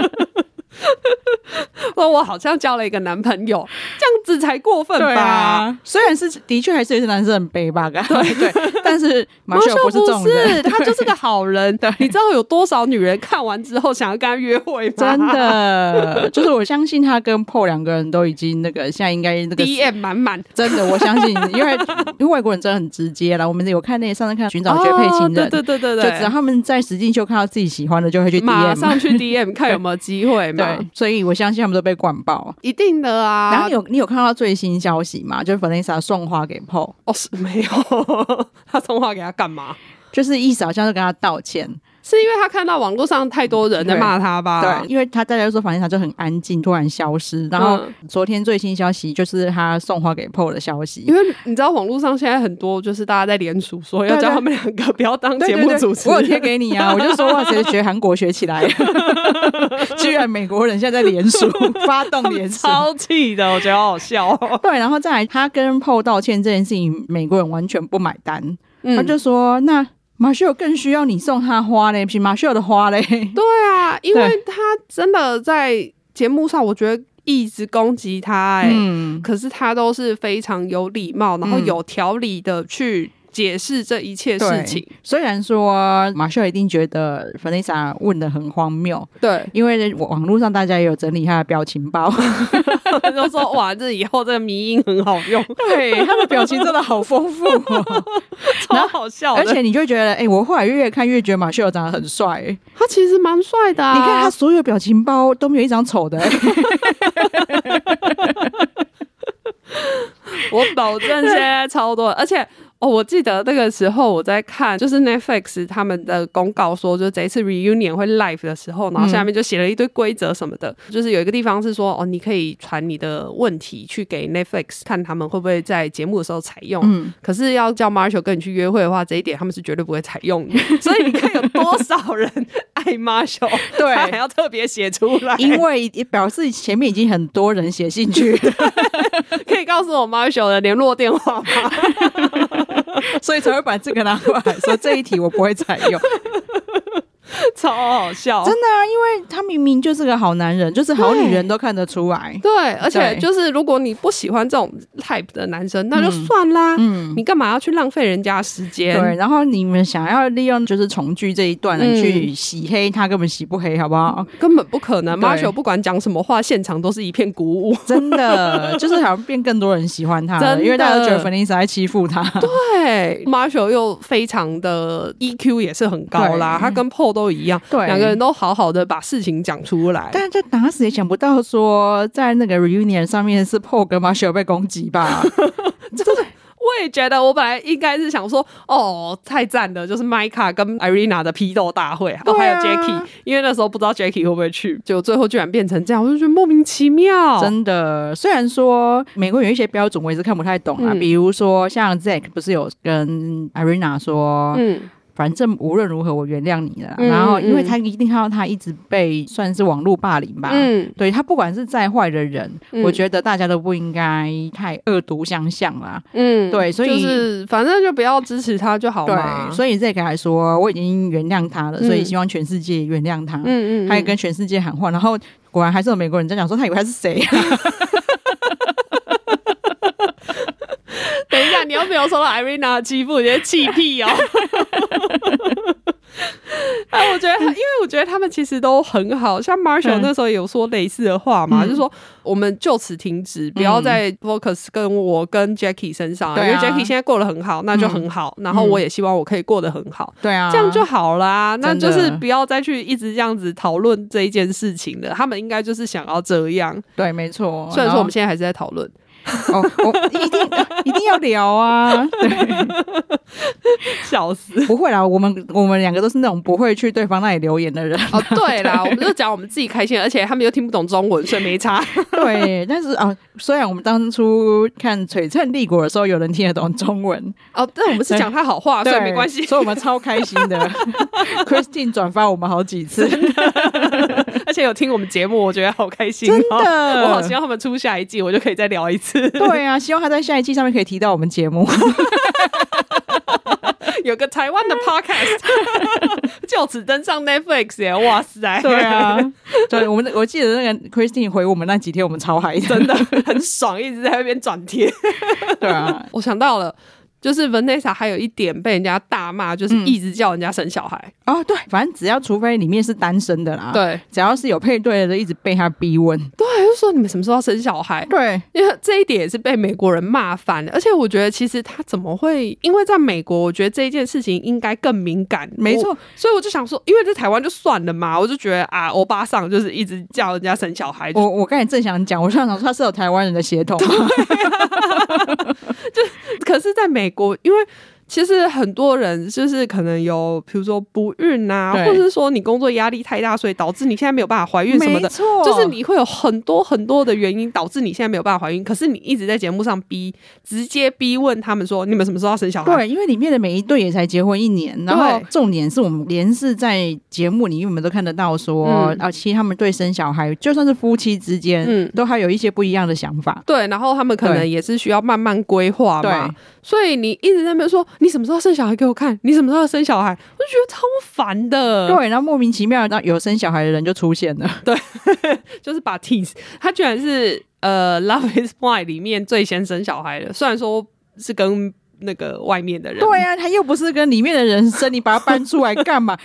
我好像交了一个男朋友，这样子才过分
对
吧？
啊，虽然是的确还是有些男生很卑 吧， 对对，但是马秀
不
不是这种人。
是他就是个好 人。你知道有多少女人看完之后想要跟他约会 吗？
真的，就是我相信他跟 PO 两个人都已经那个，现在应该那个
，DM 满满。
真的，我相信，因 为因为外国人真的很直接啦。我们有看那上次看《寻找绝配情人》
哦对对对对
就只要
对，
他们在实境秀看到自己喜欢的，就会去 DM，
马上去 DM 看有没有机会嘛。
对，所以我相信他们都被灌爆。
一定的啊。
然后你有你有看到最新消息吗？就是 Vanessa 送花给 Paul，
哦是没有， 他通话给他干嘛？
就是意思好像是跟他道歉，
是因为他看到网络上太多人在骂他吧？
对，因为他大家都说 Vanessa 就很安静，突然消失。然后
嗯
昨天最新消息就是他送花给 Paul 的消息，
因为你知道网络上现在很多就是大家在联署说要
对
叫
对
他们两个不要当
对
节
对
目
对
主持
我有
人，
贴给你 啊，我就说哇，谁学韩国学起来？ 居然美国人现在在联 署，发动
他们
联署。
超气的，我觉得好好笑哦。
对，然后再来，他跟 PO 道歉这件事情，美国人完全不买单，
嗯
他就说那马修更需要你送他花嘞，比马修的花嘞。
对啊，因
对
为他真的在节目上，我觉得一直攻击他、哎、
嗯，
可是他都是非常有礼貌，然后
嗯
有条理的去解释这一切
对
事情。
虽然说马秀一定觉得 Vanessa 问的很荒谬，
对，
因为网络上大家也有整理他的表情包，
就说哇，这以后这个迷音很好用，
对他的表情真的好丰富、 哦，
超好笑的。
而且你就会觉得，哎、我后来越看越觉得马秀长得很帅、哎
他其实蛮帅的、啊，
你看他所有表情包都没有一张 丑的、哎
我保证现在超多人，而且哦，我记得那个时候我在看，就是 Netflix 他们的公告说，就是这一次 reunion 会 live 的时候，然后下
嗯
面就写了一堆规则什么的，就是有一个地方是说，哦，你可以传你的问题去给 Netflix 看他们会不会在节目的时候采用。
嗯
可是要叫 Marshall 跟你去约会的话，这一点他们是绝对不会采用的。 所以你看有多少人爱 Marshall，
对
他还要特别写出来，
因为也表示前面已经很多人写信去了，
可以告诉我 Marshall 的联络电话吗？
所以才会把这个拿过来说这一题我不会采用。
超好笑，
真的啊，因为他明明就是个好男人，就是好女人都看得出来。
对，而且
对
就是如果你不喜欢这种 type 的男生，那就算啦，
嗯，
你干嘛要去浪费人家时间？
对，然后你们想要利用就是重聚这一段来
嗯
去洗黑他，根本洗不黑，好不 好？
根本不可能
对
，Marshall 不管讲什么话，现场都是一片鼓舞。
真的， 就是好像变更多人喜欢他
真
了，
的
因为大家都觉得粉 a 莎在欺负他。
对，Marshall 又非常的 EQ 也是很高啦，
对
他跟 Paul 都一样，
对
两个人都好好的把事情讲出来。
但就打死也想不到说，在那个 reunion 上面是 Paul 跟 Marshall 被攻击 吧？
我也觉得，我本来应该是想说，哦，太赞了，就是 Micah 跟 Irina 的批斗大会，哦，还
对
有
啊
Jackie，因为那时候不知道 Jackie 会不会去，结果最后居然变成这样，我就觉得莫名其妙。
真的，虽然说美国有一些标准我也是看不太懂啊，
嗯
比如说像 Zack 不是有跟 Irina 说，
嗯，
反正无论如何我原谅你了啦。
嗯
然后，因为
嗯
他一定看到他一直被算是网络霸凌吧。
嗯，
对他不管是再坏的人，
嗯
我觉得大家都不应该太恶毒相向啦。
嗯，
对所以
就是反正就不要支持他就好嘛。
对，所以这个还说我已经原谅他了，
嗯
所以希望全世界原谅他。
嗯嗯，
他也跟全世界喊话，然后果然还是有美国人在讲说他以为他是谁、
嗯等一下，你又没有受到 Irina 的欺负，你觉得气屁哦。 哎，我觉得他，因为我觉得他们其实都很好，像 Marshall
嗯
那时候也有说类似的话嘛，
嗯
就说我们就此停止，不要再 focus 跟我跟 Jackie 身上，因
对啊
为 Jackie 现在过得很好，那就很好。然后我也希望我可以过得很好，
对啊，
这样就好啦。那
真
就
的
是不要再去一直这样子讨论这一件事情了。他们应该就是想要这样。
对，没错。
虽然说我们
然
现在还是在讨论，
后哦，我一定一定 要聊 啊，对，
笑死。
不会啦，我们我们两个都是那种不会去对方那里留言的人，
哦，对啦，我们就讲我们自己开心的，而且他们又听不懂中文，所以没差。
对。但是哦，虽然我们当初看《璀璨帝国》的时候，有人听得懂中文，
哦，但我们是讲他好 话，啊所以
对，
没关系。
所以我们超开心 的。Christine 转发我们好几次，
而且有听我们节目，我觉得好开心、哦，
真的
我好希望他们出下一季，我就可以再聊一 次，
对啊，希望他在下一季上面可以提到我们节目。
有个台 湾的 podcast，就 此登上 Netflix 耶！哇塞，
对 啊， 对，我们我记得那个 Christine 回我们那几天，我们超嗨，真的。
很爽，一直在那边转贴。
对啊，
我想到了。就是 Vanessa 还有一点被人家大骂，就是
嗯
一直叫人家生小孩。
哦对，反正只要除非里面是单身的啦，，
对
只要是有配对的，一直被他逼问。
对，就说你们什么时候要生小孩？
对，
因为这一点也是被美国人骂翻的，而且我觉得其实他怎么会？因为在美国，我觉得这一件事情应该更敏感，
没
我
错，
所以我就想说，因为在台湾就算了嘛，我就觉得啊，欧巴桑就是一直叫人家生小孩，就
我我刚才正想讲，我就想说他是有台湾人的血统，
可是在美国，因为。其实很多人就是可能有，比如说不孕啊，
对
或者是说你工作压力太大，所以导致你现在没有办法怀孕什么
没
的，
错，
就是你会有很多很多的原因导致你现在没有办法怀孕。可是你一直在节目上逼，直接逼问他们说你们什么时候要生小孩？
对，因为里面的每一对也才结婚一年，然后
对
重点是我们连是在节目里面我们都看得到说，
嗯
啊，其实他们对生小孩，就算是夫妻之间，
嗯
都还有一些不一样的想法。
对，然后他们可能
对
也是需要慢慢规划嘛
对，
所以你一直在那边说你什么时候生小孩给我看，你什么时候生小孩，我就觉得超烦的。
对，然后莫名其妙，那有生小孩的人就出现了。
就是把 Teens，他居然是呃《Love Is Blind》里面最先生小孩的，虽然说是跟那个外面的人。
对啊，他又不是跟里面的人生，你把他搬出来干 嘛？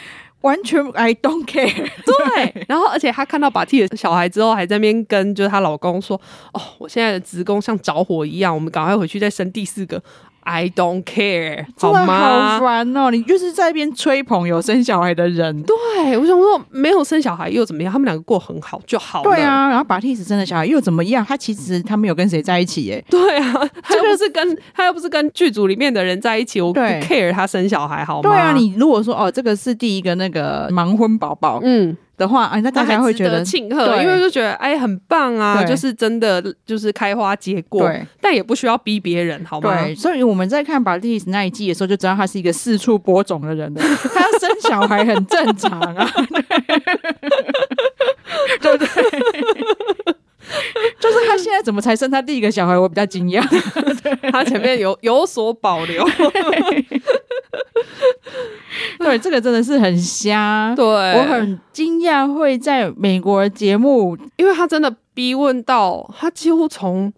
完全 I don't care。
对，然后而且她看到把自己的小孩之后，还在那边跟就是她老公说：“哦，我现在的子宫像着火一样，我们赶快回去再生第四个。”I don't care，
真
好
的好
吗？
烦哦！你就是在那边吹捧有生小孩的人，
对，我想说没有生小孩又怎么样？他们两个过很好就好了。
对，啊，然后把历史生的小孩又怎么样？他其实他没有跟谁在一起耶，
对啊，他又不是跟他又不是跟剧组里面的人在一起，我不
对
care 他生小孩好吗？
对啊，你如果说哦，这个是第一个那个盲婚宝宝
嗯，
的话，啊，那大
那
家
还
会
值
觉得
庆贺，
对
因为就觉得哎很棒啊，
对
就是真的就是开花结果，
对
但也不需要逼别人好吗？
对，所以我们在看《把历史》那一季的时候，就知道他是一个四处播种的 人了。他要生小孩很正常啊，对对不对？就是他现在怎么才生他第一个小孩，我比较惊讶。
他前面有有所保 留，
对，这个真的是很瞎。
对
我很惊讶会在美国节目，
因为他真的逼问到他几乎从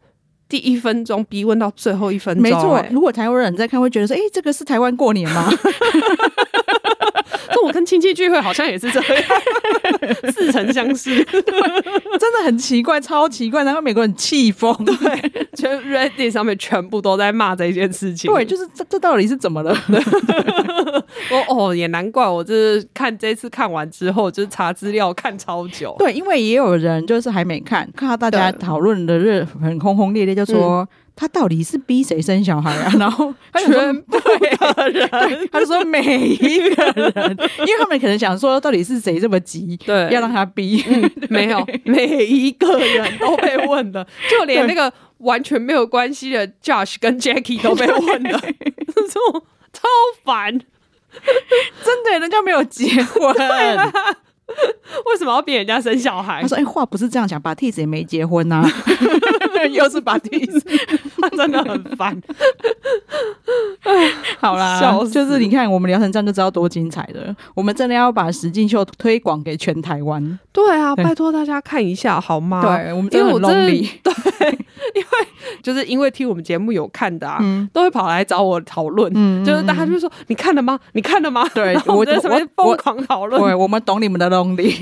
第一分钟逼问到最后一分钟、
没错
哎，
如果台湾人在看，会觉得说，哎、这个是台湾过年 吗？
这我跟亲戚聚会好像也是这样， 似曾相识，
真的很奇怪，超奇怪，然后美国人气 疯。对，
全 Reddit 上面全部都在骂这件事情，
对，就是这这到底是怎么了？
我哦，也难怪，我就是看这次看完之后，就是查资料看超久。
对，因为也有人就是还没看，看到大家
对
讨论的热很轰轰烈烈，就说、他到底是逼谁生小孩啊？ 然后他就说
全部的人，
他就说每一个人，因为他们可能想说到底是谁这么急，
对
要让他逼。
没 有每一个人都被问 的，就连那个完全没有关系的 Josh 跟 Jackie 都被问的， 这种超烦。
真的，人家没有结 婚。
为什么要逼人家生小孩
他？ 说：“哎、话不是这样讲，把 T 子也没结婚啊 呐、
嗯
又是把 T 子。
他真的很烦。
好啦，
笑死
就是你看我们聊成这样就知道多精彩了。我们真的要把实境秀推广给全台湾。
对啊，
对
拜托大家看一下好吗？
对我们真
因
的
为我
很
真的
lonely。
就是因为听我们节目有看的啊，
嗯
都会跑来找我讨论。
嗯
就是大家就说：“你看了吗？你看了吗？”
对
然后我们
我
在上面
我
疯
我
狂讨论。
对，我们懂你们的 lonely。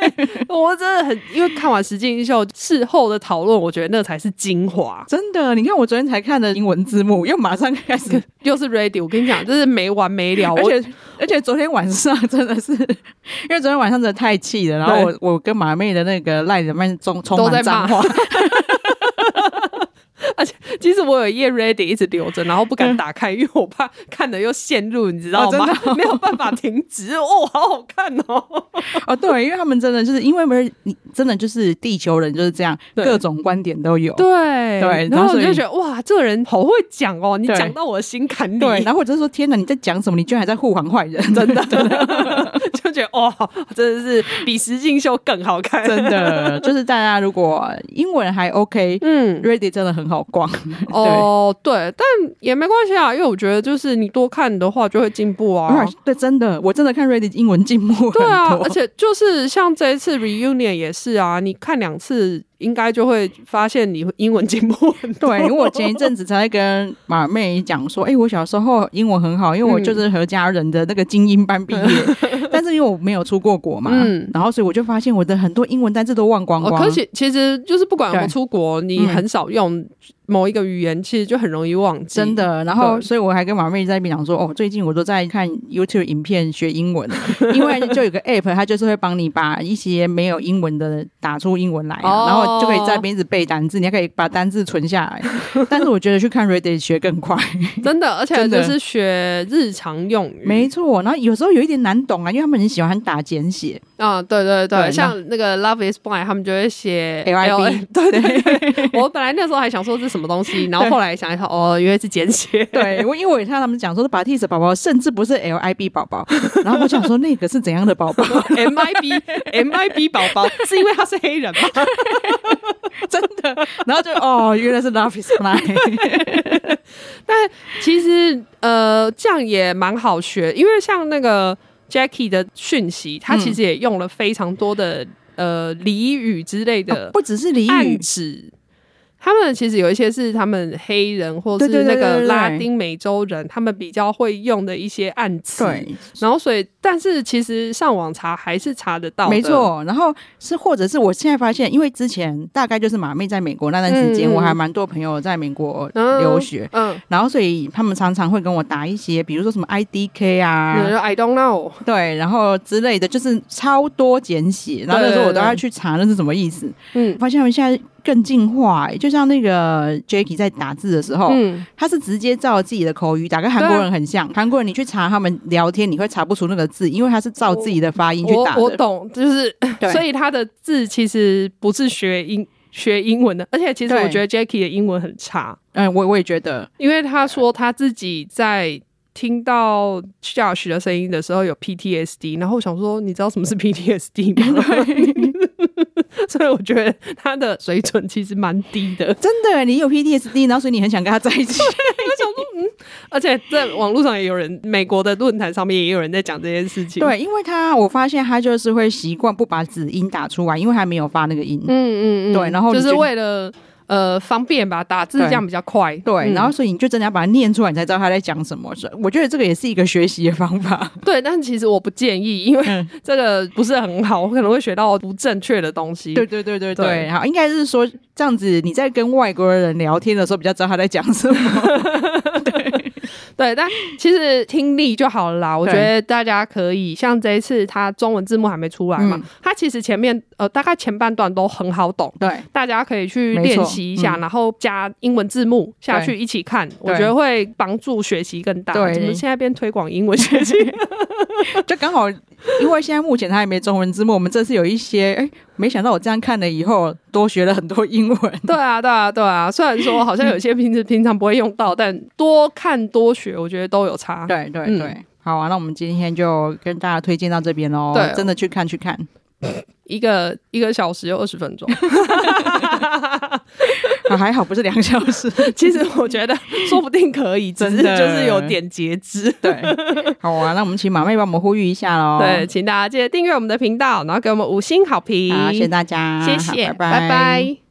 我真的很，因为看完《实境秀》事后的讨论，我觉得那才是精华。
真的，你看我昨天才看的英文字幕，又马上开始，
又是 ready，我跟你讲，就是没完没了。
而
我
且而且昨天晚上真的是，因为昨天晚上真的太气了，然后我我跟马妹的那个赖人面充充
都在
满脏
骂
话，
其实我有一页 ready 一直留着，然后不敢打开，因为我怕看了又陷入，你知道吗？
哦真的
没有办法停止。哦，好好看哦。
哦，对，因为他们真的就是因为没人，你真的就是地球人就是这样，
对
各种观点都有。
对
对
然
然
后
后
你就
所
觉得哇，这个人好会讲哦，你
对
讲到我的心坎里。
对，然后我就说天哪，你在讲什么？你居然还在护航坏人，真的，真的，
就觉得哦，真的是比实境秀更好看。
真的，就是大家如果英文还 OK，
嗯，
Ready 真的很好逛，
哦，对，但也没关系啊，因为我觉得就是你多看的话就会进 步啊
哇。对，真的，我真的看 Ready 英文进步很
对啊，
多
而且就是像这一次 reunion 也是啊，你看两次应该就会发现你英文进步很 多。
对，因为我前一阵子才跟马妹讲说，哎、我小时候英文很好，因为我就是
嗯
何家人的那个精英班毕业， 但是因为我没有出过国嘛，
嗯
然后所以我就发现我的很多英文单字都忘光
哦，
光。
可是其实就是不管有没有
对
出国，你
嗯
很少用某一个语言，其实就很容易忘记。
真，的，然后
对
所以我还跟马妹在那边讲说，哦，最近我都在看 YouTube 影片学英文，因为就有个 App，它就是会帮你把一些没有英文的打出英文来啊、
哦
然后就可以在那边一直背单字，你还可以把单字存下来。 但是我觉得去看 Reddit 学更快，
真的，而且
真
就
的
是学日常用语。
没错。然后有时候有一点难懂啊，因为他们很喜欢打简写，
啊，对对
对
对，
那
像那个 Love Is Blind，他们就会写
LIB
对对对，我本来那时候还想说是什么东西，然后后来想一 想，哦，原来是简写。
对，我因为我也看他们讲说，把 T 子宝宝甚至不是 LIB 宝宝， 然后我想说那个是怎样的宝 宝，
M I B M I B 宝宝是因为他是黑人吗？
真的，然后就哦，原来是 Love is Blind，
其实呃，这样也蛮好学，因为像那个 Jackie 的讯息，他其实也用了非常多的、呃俚语之类的
不只是俚
暗
语，
指。他们其实有一些是他们黑人或
对
是
对对
那
对
个
对
拉
对
丁美洲人，他们比较会用的一些暗词。
对，
然后所以，但是其实上网查还是查得到的，
没错。然后是或者是我现在发现，因为之前大概就是马妹在美国那段时间，
嗯嗯
我还蛮多朋友在美国
嗯
留学。
嗯，
然后，所以他们常常会跟我打一些，比如说什么 IDK 啊，
有人说 I don't know，
对，然后之类的，就是超多简写，然后那时候我都要去查那是什么意思。
嗯
发现他们现在更进化、欸，就像那个 Jacky 在打字的时候，
嗯，
他是直接照自己的口语打，跟韩国人很像。韩国人你去查他们聊天，你会查不出那个字，因为他是照自己的发音去
我
打
我
的。
懂，就是
对
所以他的字其实不是学英学英文的，而且其实
对
我觉得 Jackie 的英文很差，
嗯，我我也觉得，
因为他说他自己在。听到 Josh 的声音的时候有 PTSD，然后我想说，你知道什么是 PTSD 吗？所以我觉得他的水准其实蛮低的。
真的，你有 PTSD，然后所以你很想跟他在一 起。
而且在网络上也有人，美国的论坛上面也有人在讲这件事情。，
对，因为他我发现他就是会习惯不把子音打出来，因为还没有发那个音。
嗯嗯嗯，
对然后
就
你
是
就
为了呃方便吧，打字
对
这样比较快。
对，
嗯
然后所以你就真的要把它念出来，你才知道他在讲什么。所以我觉得这个也是一个学习的方法。
对，但其实我不建议，因为
嗯
这个不是很好，我可能会学到不正确的东西。
对对对对
对
对，好，应该是说这样子，你在跟外国人聊天的时候比较知道他在讲什么。
对，但其实听力就好了啦。我觉
对
得大家可以像这一次，它中文字幕还没出来嘛，
嗯
它其实前面呃大概前半段都很好懂。
对
大家可以去
没错嗯
练习一下，然后加英文字幕下去
对
一起看，我觉得会帮助学习更大。
对
怎么现在变推广英文学 习？
就刚好，因为现在目前他还没中文字幕，我们这次有一些，哎，没想到我这样看了以后，多学了很多英 文。
对啊，对啊，对啊。虽然说好像有些平时 平常不会用到，但多看多学，我觉得都有差。
对对
嗯
对。好啊，那我们今天就跟大家推荐到这边喽。
对
真的去看去看。
一个一个小时又二十分 钟，
啊还好不是两个小 时。
其实我觉得说不定可以，只
真
是
的
就是有点节制。
对，好啊，那我们请马妹帮我们呼吁一下喽。
对，，请大家记得订阅我们的频道，然后给我们五星好评。
好，谢谢大家，
谢
好
谢，
拜
拜拜